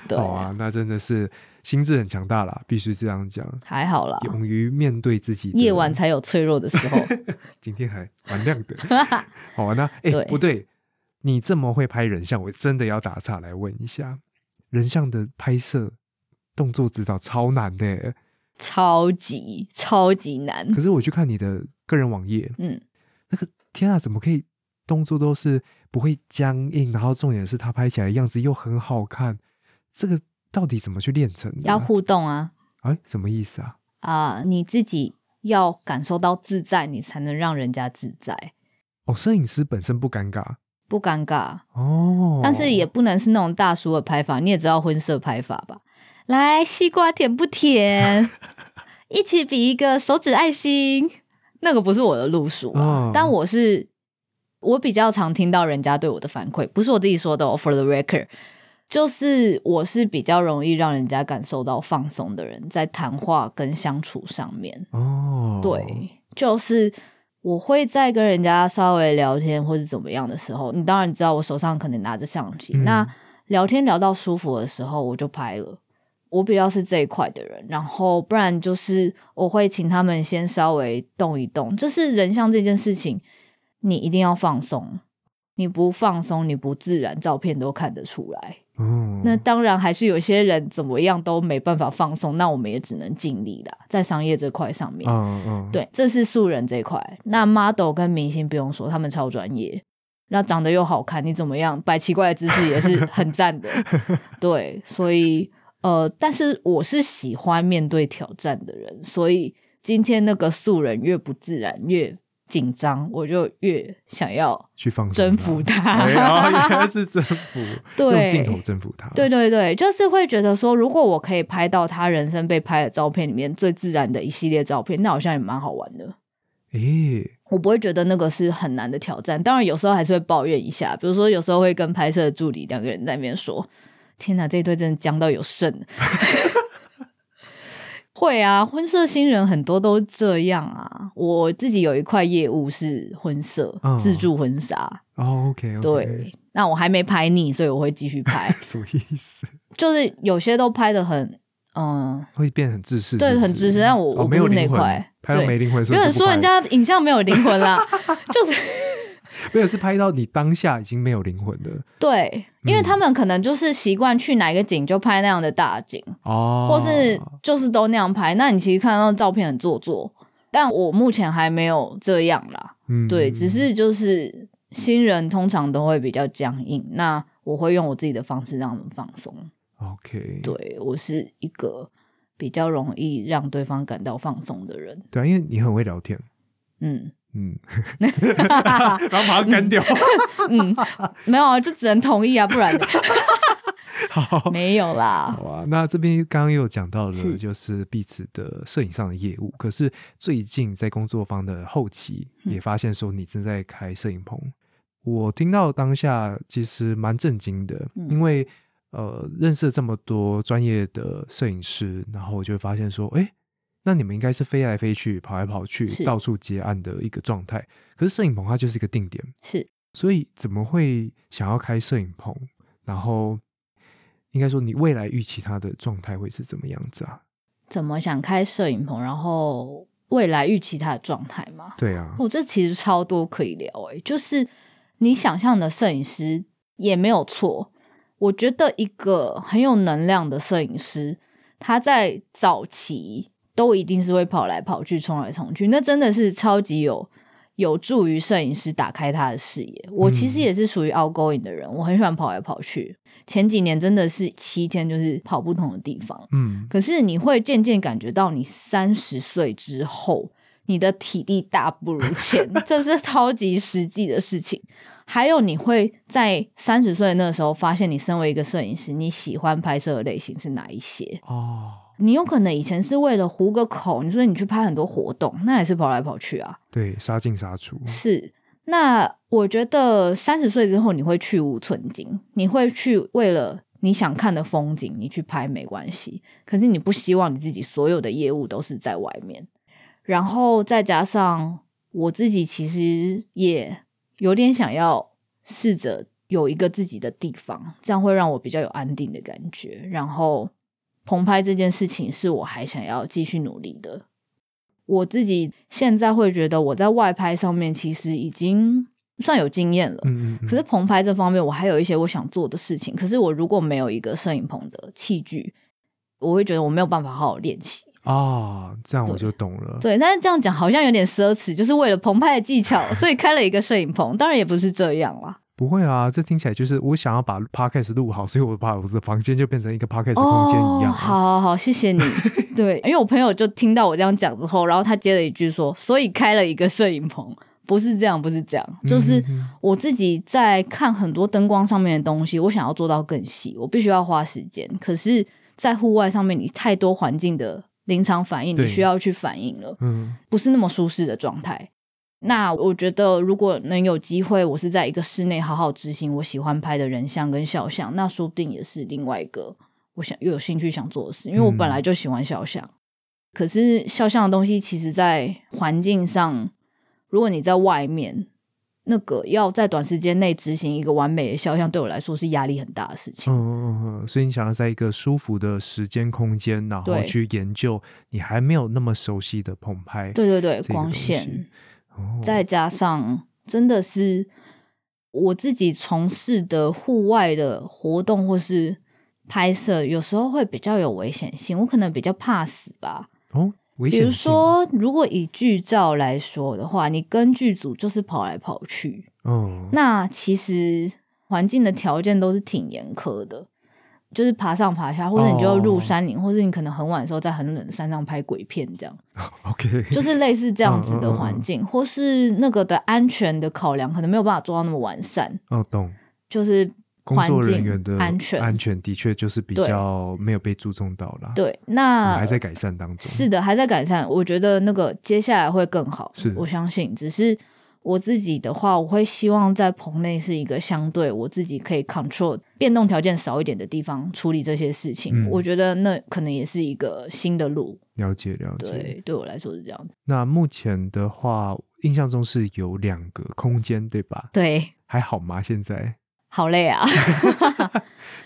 B: 对，
A: 好啊，那真的是心智很强大啦，必须这样讲，
B: 还好啦。
A: 勇于面对自己的。
B: 夜晚才有脆弱的时候。
A: 今天还蛮亮 的。好啊，那哎、
B: 对
A: 不对，你这么会拍人像，我真的要打岔来问一下，人像的拍摄动作指导超难的耶，
B: 超级超级难。
A: 可是我去看你的个人网页，
B: 嗯，
A: 那个天啊，怎么可以动作都是不会僵硬，然后重点是他拍起来的样子又很好看，这个到底怎么去练成的
B: 要
A: 啊？
B: 互动啊
A: 哎，什么意思啊？
B: 啊、你自己要感受到自在，你才能让人家自在，
A: 哦，摄影师本身不尴尬
B: 不尴尬。
A: 哦，
B: 但是也不能是那种大叔的拍法，你也知道婚摄拍法吧？来，西瓜甜不甜？一起比一个手指爱心，那个不是我的路数
A: 嗯
B: 啊，但我是我比较常听到人家对我的反馈，不是我自己说的、哦、，for the record，就是我是比较容易让人家感受到放松的人，在谈话跟相处上面，
A: 哦，
B: 对，就是我会在跟人家稍微聊天或是怎么样的时候，你当然知道我手上可能拿着相机，
A: 嗯
B: 那聊天聊到舒服的时候，我就拍了。我比较是这一块的人，然后不然就是我会请他们先稍微动一动，就是人像这件事情，你一定要放松，你不放松，你不自然，照片都看得出来。
A: 哦，
B: 那当然还是有些人怎么样都没办法放松，那我们也只能尽力啦，在商业这块上面。
A: 嗯嗯，
B: 对，这是素人这一块。那 model 跟明星不用说，他们超专业，那长得又好看，你怎么样摆奇怪的姿势也是很 赞的。对，所以呃，但是我是喜欢面对挑战的人，所以今天那个素人越不自然越紧张，我就越想要
A: 去放松
B: 征
A: 它哎
B: 服
A: 呀，原来
B: 他。
A: 是征服，用
B: 啊对
A: 镜头征服他。
B: 对对对，就是会觉得说，如果我可以拍到他人生被拍的照片里面最自然的一系列照片，那好像也蛮好玩的。
A: 诶、
B: 我不会觉得那个是很难的挑战。当然，有时候还是会抱怨一下，比如说有时候会跟拍摄的助理两个人在那边说：“天哪，这一对真的僵到有剩。” 会啊，婚摄新人很多都这样啊。我自己有一块业务是婚摄，
A: 嗯
B: 自助婚纱。
A: 哦，OK，, o k
B: 对，，那我还没拍腻，所以我会继续
A: 。
B: 拍
A: 什么意思？
B: 就是有些都拍的很，嗯，
A: 会变很自私，
B: 对
A: 是不是
B: 很自私但我
A: 哦
B: 我
A: 没有
B: 不是那
A: 灵魂
B: 块
A: 拍到
B: 对
A: 没灵魂，所
B: 有
A: 以
B: 人
A: 就不
B: 说
A: 拍
B: 人家影像没有灵 魂啦，就是。
A: 没有是拍到你当下已经没有灵魂的
B: 对，因
A: 嗯
B: 为他们可能就是习惯去哪一个景就拍那样的大景，
A: 哦，
B: 或是就是都那样拍。那你其实看到照片很做作，但我目前还没有这样啦。
A: 嗯
B: 对，只是就是新人通常都会比较僵硬，那我会用我自己的方式让他们放
A: 嗯
B: 松。
A: OK，
B: 对我是一个比较容易让对方感到放松的人。
A: 对啊，因为你很会聊天，
B: 嗯
A: 嗯，然后把它干掉，
B: 嗯，没有啊，就只能同意啊，不然呢
A: 好，
B: 没有啦
A: 好。啊，那这边刚刚也有讲到
B: 是
A: 了，就是彼此的摄影上的业务。可是最近在工作坊的后期，
B: 嗯
A: 也发现说你正在开摄影棚。我听到当下其实蛮震惊的，
B: 嗯
A: 因为呃，认识了这么多专业的摄影师，然后我就会发现说，哎、那你们应该是飞来飞去、跑来跑
B: 是
A: 去、到处接案的一个状态。可是摄影棚它就是一个定点，
B: 是
A: 所以怎么会想要开摄影棚？然后应该说你未来预期它的状态会是怎么样子啊？
B: 怎么想开摄影棚，然后未来预期它的状态吗？
A: 对啊，
B: 我、这其实超多可以聊诶、就是你想象的摄影师也没有错。我觉得一个很有能量的摄影师，他在早期都一定是会跑来跑去、冲来冲去，那真的是超级有有助于摄影师打开他的视野。我其实
A: 嗯
B: 也是属于 outgoing 的人，我很喜欢跑来跑去。前几年真的是七天就是跑不同的地方，
A: 嗯，
B: 可是你会渐渐感觉到，你三十岁之后，你的体力大不如前，这是超级实际的事情。还有，你会在三十岁的那个时候，发现你身为一个摄影师，你喜欢拍摄的类型是哪一些？
A: 哦，
B: 你有可能以前是为了糊个口，你说你去拍很多活动，那也是跑来跑去啊。
A: 对，杀进杀出，
B: 是，那我觉得三十岁之后你会去无存菁，你会去为了你想看的风景，你去拍没关系。可是你不希望你自己所有的业务都是在外面，然后再加上我自己其实也有点想要试着有一个自己的地方，这样会让我比较有安定的感觉。然后棚拍这件事情是我还想要继续努力的。我自己现在会觉得我在外拍上面其实已经算有经验了，
A: 嗯嗯嗯，
B: 可是棚拍这方面，我还有一些我想做的事情。可是我如果没有一个摄影棚的器具，我会觉得我没有办法好好练习。
A: 啊、这样我
B: 对
A: 就懂了，
B: 对，但是这样讲好像有点奢侈，就是为了澎湃的技巧，所以开了一个摄影棚。当然也不是这样啦。
A: 不会啊，这听起来就是我想要把 podcast 录好，所以我把我的房间就变成一个 podcast 空间一样、啊
B: 哦。好，好好，谢谢你。对，因为我朋友就听到我这样讲之后，然后他接了一句说：“所以开了一个摄影棚，不是这样，不是这样，就是
A: 嗯嗯嗯
B: 我自己在看很多灯光上面的东西，我想要做到更细，我必须要花时间。可是，在户外上面，你太多环境的临场反应，你
A: 对
B: 需要去反应了。”
A: 嗯，
B: 不是那么舒适的状态。那我觉得，如果能有机会，我是在一个室内好好执行我喜欢拍的人像跟肖像，那说不定也是另外一个我想又有兴趣想做的事，因为我本
A: 嗯
B: 来就喜欢肖像。可是肖像的东西，其实在环境上，如果你在外面，那个要在短时间内执行一个完美的肖像，对我来说是压力很大的事情。
A: 嗯嗯嗯，所以你想要在一个舒服的时间空间，然后
B: 对
A: 去研究你还没有那么熟悉的澎湃，
B: 对对对
A: 这，个
B: 光
A: 东西
B: 线。
A: 哦，
B: 再加上真的是我自己从事的户外的活动或是拍摄，有时候会比较有危险性，我可能比较怕死吧。
A: 哦，危
B: 比
A: 险
B: 如
A: 性啊，
B: 说，如果以剧照来说的话，你跟剧组就是跑来跑去，
A: 嗯，
B: 那其实环境的条件都是挺严苛的，就是爬上爬下，或者你就入
A: 哦
B: 山林，或者你可能很晚的时候在很冷的山上拍鬼片这样。
A: OK，
B: 就是类似这样子的
A: 嗯嗯
B: 环
A: 嗯嗯
B: 境，或是那个的安全的考量，可能没有办法做到那么完善，
A: 哦，懂。
B: 就是
A: 工
B: 环
A: 作人
B: 境
A: 员的
B: 安全。
A: 安全的确就是比
B: 对
A: 较没有被注重到啦。
B: 对，
A: 我们
B: 那
A: 还在改善当中。
B: 是的，还在改善。我觉得那个接下来会更好，
A: 是
B: 我相信。只是我自己的话，我会希望在棚内是一个相对我自己可以 control 变动条件少一点的地方处理这些事情。
A: 嗯
B: 我觉得那可能也是一个新的路。
A: 了解了解。
B: 对，对我来说是这样子。
A: 那目前的话，印象中是有两个空间，对吧？
B: 对，
A: 还好吗？现在
B: 好累啊。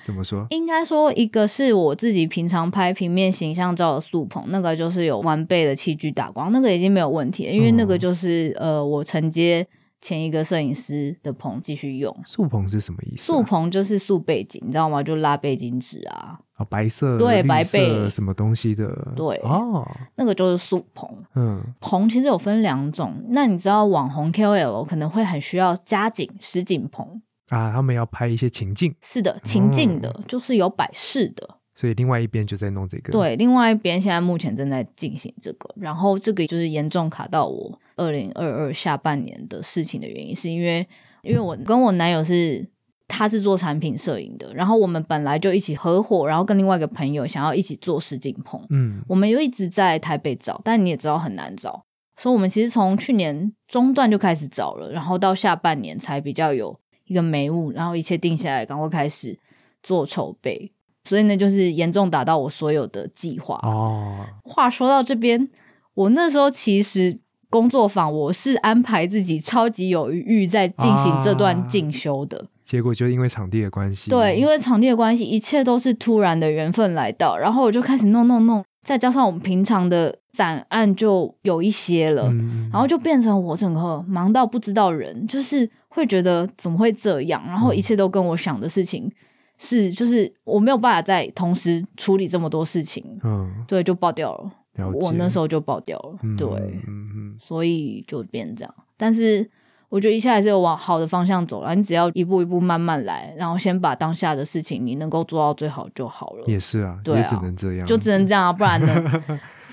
A: 怎么说？
B: 应该说，一个是我自己平常拍平面形象照的素棚，那个就是有完备的器具打光，那个已经没有问题了，因为那
A: 嗯
B: 个就是、呃，我承接前一个摄影师的棚继续用。
A: 素棚是什么意思、啊？
B: 素棚就是素背景，你知道吗？就拉背景纸啊，
A: 哦，白色、
B: 对
A: 绿
B: 白
A: 色
B: 背
A: 什么东西的？
B: 对
A: 哦，
B: 那个就是素棚。
A: 嗯，
B: 棚其实有分两种，那你知道网红 KOL 可能会很需要加景、实景棚，
A: 啊，他们要拍一些情境，
B: 是的，情
A: 嗯
B: 境的，就是有摆饰的。
A: 所以另外一边就在弄这个。，
B: 对，另外一边现在目前正在进行这个，然后这个就是严重卡到我二零二二下半年的事情的原因，是因为因为我跟我男友是他是做产品摄影的，然后我们本来就一起合伙，然后跟另外一个朋友想要一起做实景棚，
A: 嗯
B: 我们又一直在台北找，但你也知道很难找，所以我们其实从去年中段就开始找了，然后到下半年才比较有一个眉目，然后一切定下来，赶快开始做筹备。所以呢，就是严重打到我所有的计划。
A: 哦，
B: 话说到这边，我那时候其实工作坊我是安排自己超级有余裕在进行这段进修的，
A: 结果就因为场地的关系，
B: 对，因
A: 为
B: 为场地的关系，一切都是突然的缘分来到，然后我就开始弄弄弄，再加上我们平常的展案就有一些了，
A: 嗯
B: 然后就变成我整个忙到不知道人，就是会觉得怎么会这样，然
A: 嗯
B: 后一切都跟我想的事情是，就是我没有办法在同时处理这么多事情，
A: 嗯，
B: 对，就爆掉了。
A: 了解。
B: 我那时
A: 候
B: 候就爆掉了，对，
A: 嗯嗯
B: 所以就变这样。但是我觉得一下还是有往好的方向走了，你只要一步一步慢慢来，然后先把当下的事情你能够做到最好就好了
A: 嗯，也是啊，
B: 对啊
A: 也只能这样，
B: 就只能这样啊，不然 呢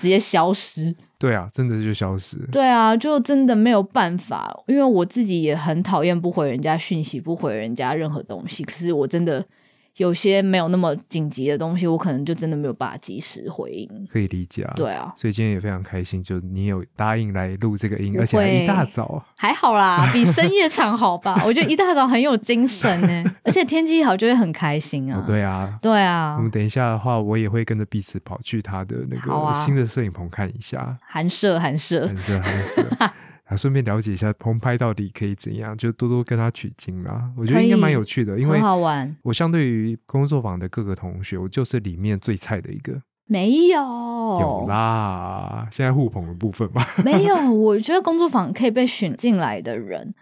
B: 直接消失。
A: 对啊，真的就消失。
B: 对啊，就真的没有办法，因为我自己也很讨厌不回人家讯息，不回人家任何东西。可是我真的有些没有那么紧急的东西，我可能就真的没有办法及时回应。
A: 可以理解啊。
B: 对，啊，
A: 所以今天也非常开心，就你有答应来录这个音，
B: 不
A: 而且还一
B: 会
A: 大早。啊
B: 还好 啦，比深夜场好吧？我觉得一大早很有精神呢、 而且天气好就会很开心啊
A: 哦。对啊，
B: 对啊
A: 我，们等一下的话，我也会跟着彼此跑去他的那
B: 好
A: 个
B: 啊
A: 新的摄影棚看一下，
B: 寒舍寒舍
A: 很适合，很 适合。啊，顺便了解一下棚拍到底可以怎样，就多多跟他取经啦。我觉得
B: 可
A: 应该蛮
B: 以
A: 有趣的，因为
B: 很好玩。
A: 我相对于工作坊的各个同学，我就是里面最菜的一个。
B: 没有，哦
A: 有啦，现在互捧的部分吧。
B: 没有，我觉得工作坊可以被选进来的人，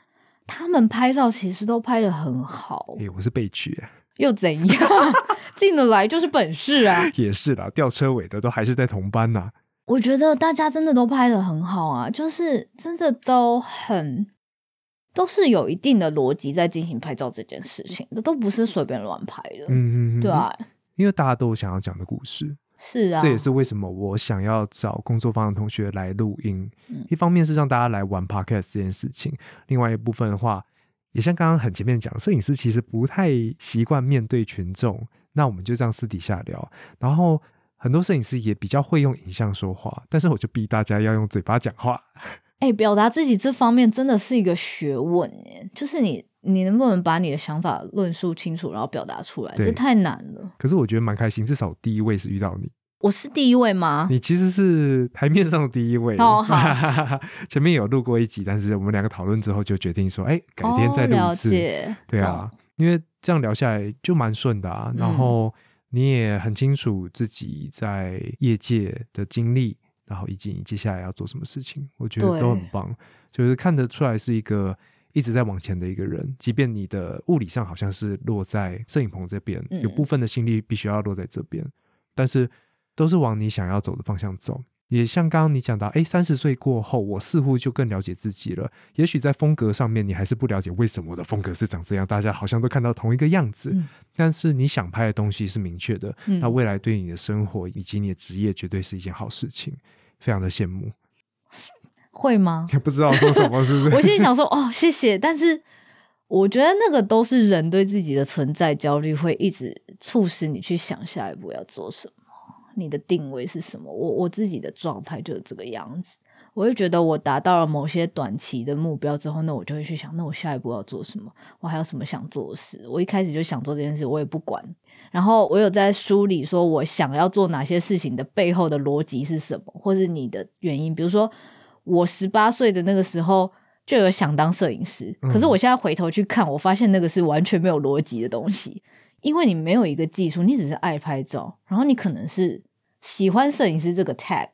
B: 他们拍照其实都拍的很好，
A: 诶、我是被取耶，
B: 又 怎样？进得来就是本事啊！
A: 也是啦，吊车尾的都还是在同班呐、
B: 我觉得大家真的都拍的很好啊，就是真的都很都是有一定的逻辑在进行拍照这件事情的，都不是随便乱拍的，
A: 嗯嗯，嗯
B: 对，啊，
A: 因为大家都有想要讲的故事，
B: 是啊，
A: 这也是为什么我想要找工作坊的同学来录音。
B: 嗯
A: 一方面是让大家来玩 podcast 这件事情，另外一部分的话，也像刚刚很前面讲，摄影师其实不太习惯面对群众，那我们就这样私底下聊。然后很多摄影师也比较会用影像说话，但是我就逼大家要用嘴巴讲话。
B: 哎、表达自己这方面真的是一个学问耶，就是你你能不能把你的想法论述清楚，然后表达出来，
A: 对
B: 这太难了。
A: 可是我觉得蛮开心，至少第一位是遇到你，
B: 我是第一位吗？
A: 你其实是台面上的第一位。
B: 哦好
A: 前面有录过一集，但是我们两个讨论之后就决定说，哎，改天再录
B: 哦、
A: 一
B: 了
A: 次。
B: 解，
A: 对啊，因为这样聊下来就蛮顺的啊，然
B: 嗯
A: 后你也很清楚自己在业界的经历，然后以及你接下来要做什么事情，我觉得
B: 对
A: 都很棒，就是看得出来是一个。一直在往前的一个人，即便你的物理上好像是落在摄影棚这边，
B: 嗯
A: 有部分的心力必须要落在这边，但是都是往你想要走的方向走。也像刚刚你讲到，哎，三十岁过后，我似乎就更了解自己了。也许在风格上面，你还是不了解为什么我的风格是长这样，大家好像都看到同一个样子。
B: 嗯
A: 但是你想拍的东西是明确的，
B: 嗯
A: 那未来对你的生活以及你的职业，绝对是一件好事情。非常的羡慕，
B: 会吗？
A: 也 不知道说什么，是不
B: 哦 我
A: 是？
B: 心里想说，哦，谢谢，但是我觉得那个都是人对自己的存在焦虑，会一直促使你去想下一步要做什么，你的定位是什么。我我自己的状态就是这个样子，我会觉得我达到了某些短期的目标之后，那我就会去想，那我下一步要做什么，我还有什么想做的事。我一开始就想做这件事，我也不管。然后我有在梳理，说我想要做哪些事情的背后的逻辑是什么，或是你的原因。比如说，我十八岁的那个时候就有想当摄影师，
A: 嗯
B: 可是我现在回头去看，我发现那个是完全没有逻辑的东西，因为你没有一个技术，你只是爱拍照，然后你可能是喜欢摄影师这个 tag。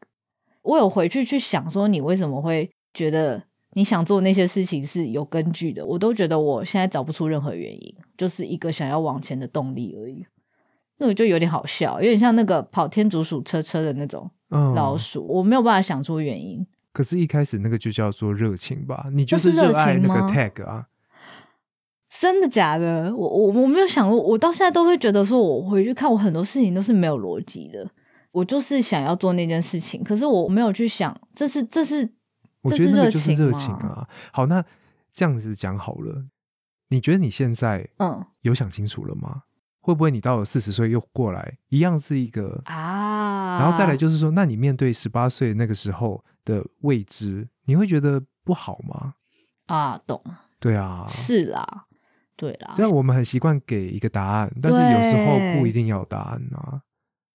B: 我有回去去想说，你为什么会觉得你想做那些事情是有根据的？我都觉得我现在找不出任何原因，就是一个想要往前的动力而已。那我就有点好笑，有点像那个跑天竺鼠车车的那种
A: 嗯
B: 老鼠，我没有办法想出原因。
A: 可是，一开始那个就叫做热情吧，你就是
B: 那是热
A: 热爱那
B: 情
A: 个
B: 吗
A: tag 啊，
B: 真的假的？我我我没有想过，我到现在都会觉得说，我回去看我很多事情都是没有逻辑的。我就是想要做那件事情，可是我没有去想，这是这是
A: 我
B: 这
A: 觉
B: 是
A: 得那
B: 热
A: 个就是
B: 情
A: 热啊
B: 吗
A: 情啊。好，那这样子讲好了，你觉得你现在
B: 嗯
A: 有想清楚了吗？会不会你到了四十岁又过来，一样是一个
B: 啊，
A: 然后再来就是说，那你面对十八岁那个时候的未知，你会觉得不好吗？
B: 啊，懂
A: 对啊，
B: 是啦，对啦，
A: 虽然我们很习惯给一个答案，但是有时候不
B: 对
A: 一定要有答案啊。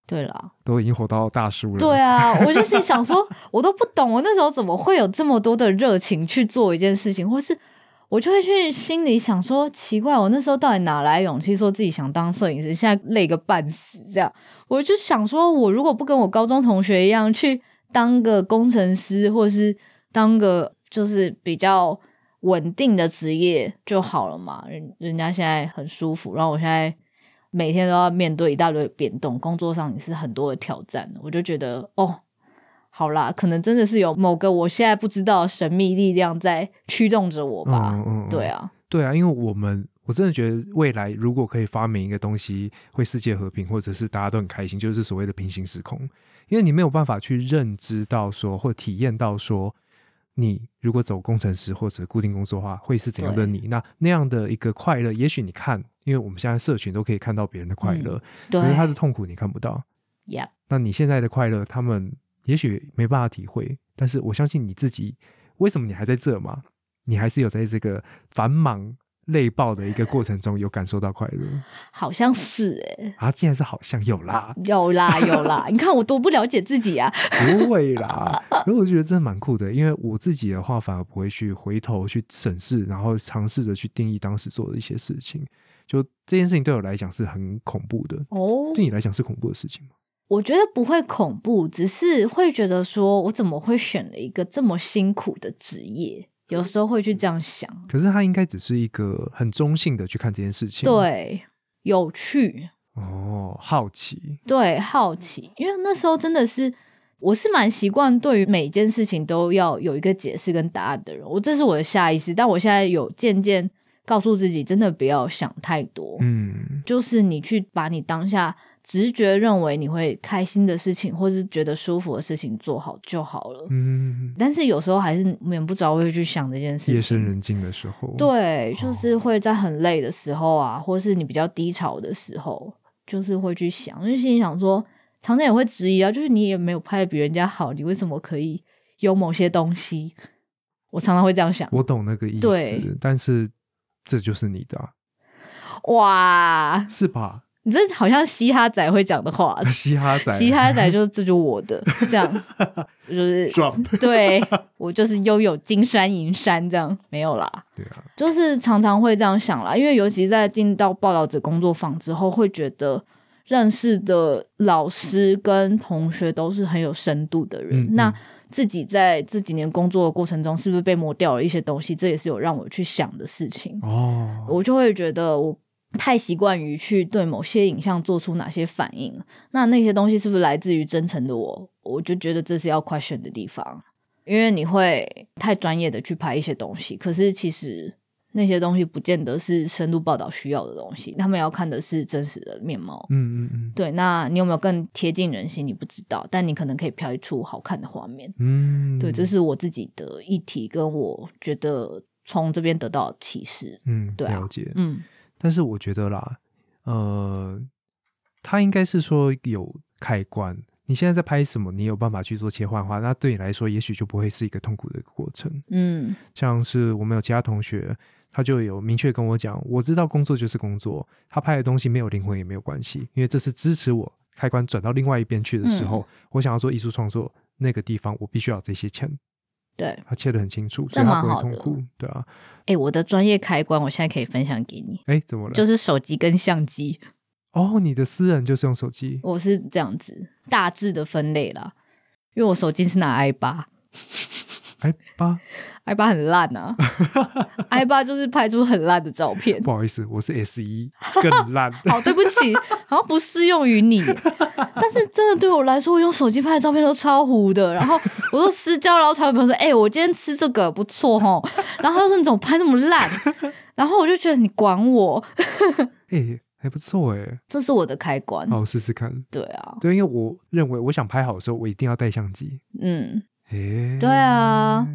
B: 对啦，
A: 都已经活到大叔了，
B: 对啊，我就是想说，我都不懂，我那时候怎么会有这么多的热情去做一件事情，或是我就会去心里想说，奇怪，我那时候到底哪来勇气说自己想当摄影师？现在累个半死，这样，我就想说，我如果不跟我高中同学一样去当个工程师，或是当个就是比较稳定的职业就好了嘛。人人家现在很舒服，然后我现在每天都要面对一大堆变动，工作上也是很多的挑战，我就觉得哦。好啦，可能真的是有某个我现在不知道的神秘力量在驱动着我吧。
A: 嗯嗯，嗯
B: 对，啊，
A: 对啊，因为我们我真的觉得未来如果可以发明一个东西，会世界和平，或者是大家都很开心，就是所谓的平行时空，因为你没有办法去认知到说或体验到说。你如果走工程师或者固定工作的话，会是怎样的
B: 对
A: 你？那那样的一个快乐，也许你看，因为我们现在社群都可以看到别人的快乐，
B: 嗯对
A: 可是他的痛苦你看不到。
B: ，Yep，
A: 那你现在的快乐，他们也许没办法体会，但是我相信你自己，为什么你还在这嘛？你还是有在这个繁忙累爆的一个过程中有感受到快乐
B: 好像是诶、，
A: 啊！竟然是好像有啦
B: 有啦有啦， 你看我多不了解自己啊。
A: 不会啦。可是我觉得真的蛮酷的，因为我自己的话反而不会去回头去审视，然后尝试着去定义当时做的一些事情。就这件事情对我来讲是很恐怖的，
B: 哦，
A: 对你来讲是恐怖的事情吗？
B: 我觉得不会恐怖，只是会觉得说我怎么会选了一个这么辛苦的职业，有时候会去这样想。
A: 可是它应该只是一个很中性的去看这件事情。
B: 对，有趣，
A: 哦，好奇，
B: 对，好奇，因为那时候真的是。我是蛮习惯对于每件事情都要有一个解释跟答案的人，我这是我的下意识，但我现在有渐渐告诉自己，真的不要想太多，
A: 嗯
B: 就是你去把你当下直觉认为你会开心的事情，或是觉得舒服的事情做好就好了。
A: 嗯，
B: 但是有时候还是免不着会去想这件事情。
A: 夜深人静的时候，，
B: 对，就是会在很累的时候啊，或是你比较低潮的时候，就是会去想，就心里想说，常常也会质疑啊，就是你也没有拍的比人家好，你为什么可以有某些东西？我常常会这 样想，
A: 我懂那个意
B: 对
A: 思，但是这就是你的啊、
B: 哇，
A: 是吧？
B: 你这好像嘻哈仔会讲 的话，
A: 嘻哈仔，
B: 呃嘻哈仔就是这就我的 这样，就是
A: drop，
B: 对我就是拥有金山银山这样没有啦，
A: 对啊，
B: 就是常常会这样想啦，因为尤其在进到报道者工作坊之后，会觉得认识的老师跟同学都是很有深度的人。
A: 嗯嗯
B: 那自己在这几年工作的过程中，是不是被磨掉了一些东西？这也是有让我去想的事情。
A: 哦，
B: 我就会觉得我太习惯于去对某些影像做出哪些反应了，那那些东西是不是来自于真诚的我？我就觉得这是要 question 的地方，因为你会太专业的去拍一些东西，可是其实那些东西不见得是深度报道需要的东西，他们要看的是真实的面貌。
A: 嗯嗯嗯
B: 对，那你有没有更贴近人心？你不知道，但你可能可以拍出好看的画面。
A: 嗯，
B: 对，这是我自己的议题，跟我觉得从这边得到的启示。
A: 嗯
B: 对啊
A: 了解，
B: 嗯，
A: 但是我觉得啦，呃，他应该是说有开关。你现在在拍什么？你有办法去做切换的话，那对你来说，也许就不会是一个痛苦的一个过程。
B: 嗯
A: 像是我们有其他同学，他就有明确跟我讲，我知道工作就是工作，他拍的东西没有灵魂也没有关系，因为这是支持我开关转到另外一边去的时候，
B: 嗯
A: 我想要做艺术创作那个地方，我必须要有这些钱。，
B: 对，哎、
A: 他切的很清楚，所
B: 这
A: 以他不
B: 蛮好
A: 会痛
B: 的
A: 苦，对啊。
B: 我的专业开关，我现在可以分享给你，
A: 哎，怎么了？
B: 就是手机跟相机，
A: 哦，你的私人就是用手机，
B: 我是这样子大致的分类啦。因为我手机是拿 i 八
A: 哎吧，
B: ，i 八很烂啊，i 八就是拍出很烂的照片。
A: 不好意思，我是 S 一， 更烂。
B: 好，对不起， 好像不适用于你。但是真的对我来说，我用手机拍的照片都超糊的。然后我都私交，然后传给朋友说：“哎、我今天吃这个不错哦。”然后他就说：“你怎么拍那么烂？”然后我就觉得你管我，
A: 哎，还不错哎，
B: 这是我的开关。
A: 好，我试试看。
B: 对啊，
A: 对，因为我认为我想拍好的时候，我一定要带相机。
B: 嗯，
A: 哎，
B: 对啊，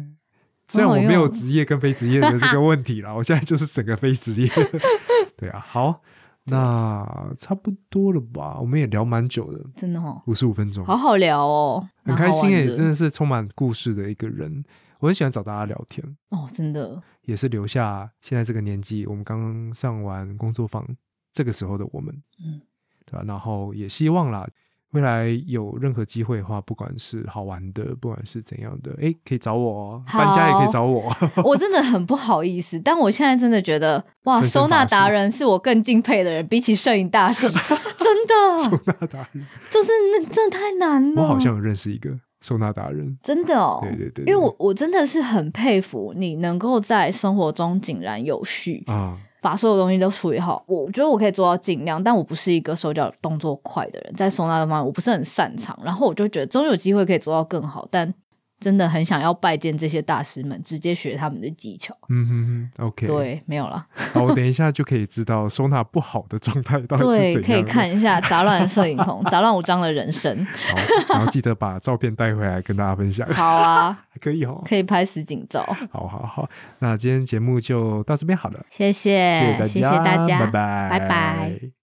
A: 虽然
B: 好
A: 我没有
B: 用
A: 职业跟非职业的这个问题 啦，我现在就是整个非职业。 对啊，好，那差不多了吧？我们也聊蛮久的，
B: 真的哦，
A: 五十五分钟，
B: 好好聊哦，
A: 很
B: 蛮
A: 开
B: 好玩
A: 心诶、
B: 的
A: 真的是充满故事的一个人。我很喜欢找大家聊天，
B: 哦，真的
A: 也是留下现在这个年纪，我们刚上完工作坊这个时候的我们，
B: 嗯，
A: 对吧、然后也希望啦，未来有任何机会的话，不管是好玩的，不管是怎样的，诶，可以找我哦，
B: 好嗯
A: 搬家也可以找我。
B: 我真的很不好意思，但我现在真的觉得，哇，
A: 分身
B: 收纳
A: 乏术
B: 达人是我更敬佩的人，比起摄影 大师，真的
A: 收纳达人，
B: 就是那真的太难了。
A: 我好像有认识一个收纳达人，
B: 真的哦，
A: 对对对对
B: 因为我我真的是很佩服你能够在生活中井然有序，
A: 啊，
B: 把所有东西都处理好。我觉得我可以做到尽量，但我不是一个手脚动作快的人，在收纳的方面我不是很擅长。然后我就觉得终于有机会可以做到更好，但真的很想要拜见这些大师们，直接学他们的技巧。
A: 嗯哼哼，OK，，
B: 对，没有啦。
A: 好，我等一下就可以知道收纳不好的状态到底 是怎样
B: 对，
A: 的。
B: 可以看一下《杂乱的摄影棚》，杂乱无章的 人生。
A: 好，然后记得把照片带回来跟大家分享，
B: 好啊，
A: 还 可以哦。
B: 可以拍实景照。
A: 好好好，那今天节目就到这边好了，
B: 谢谢，
A: 哎谢谢大家，
B: 谢谢大家，
A: 拜拜，
B: 拜拜。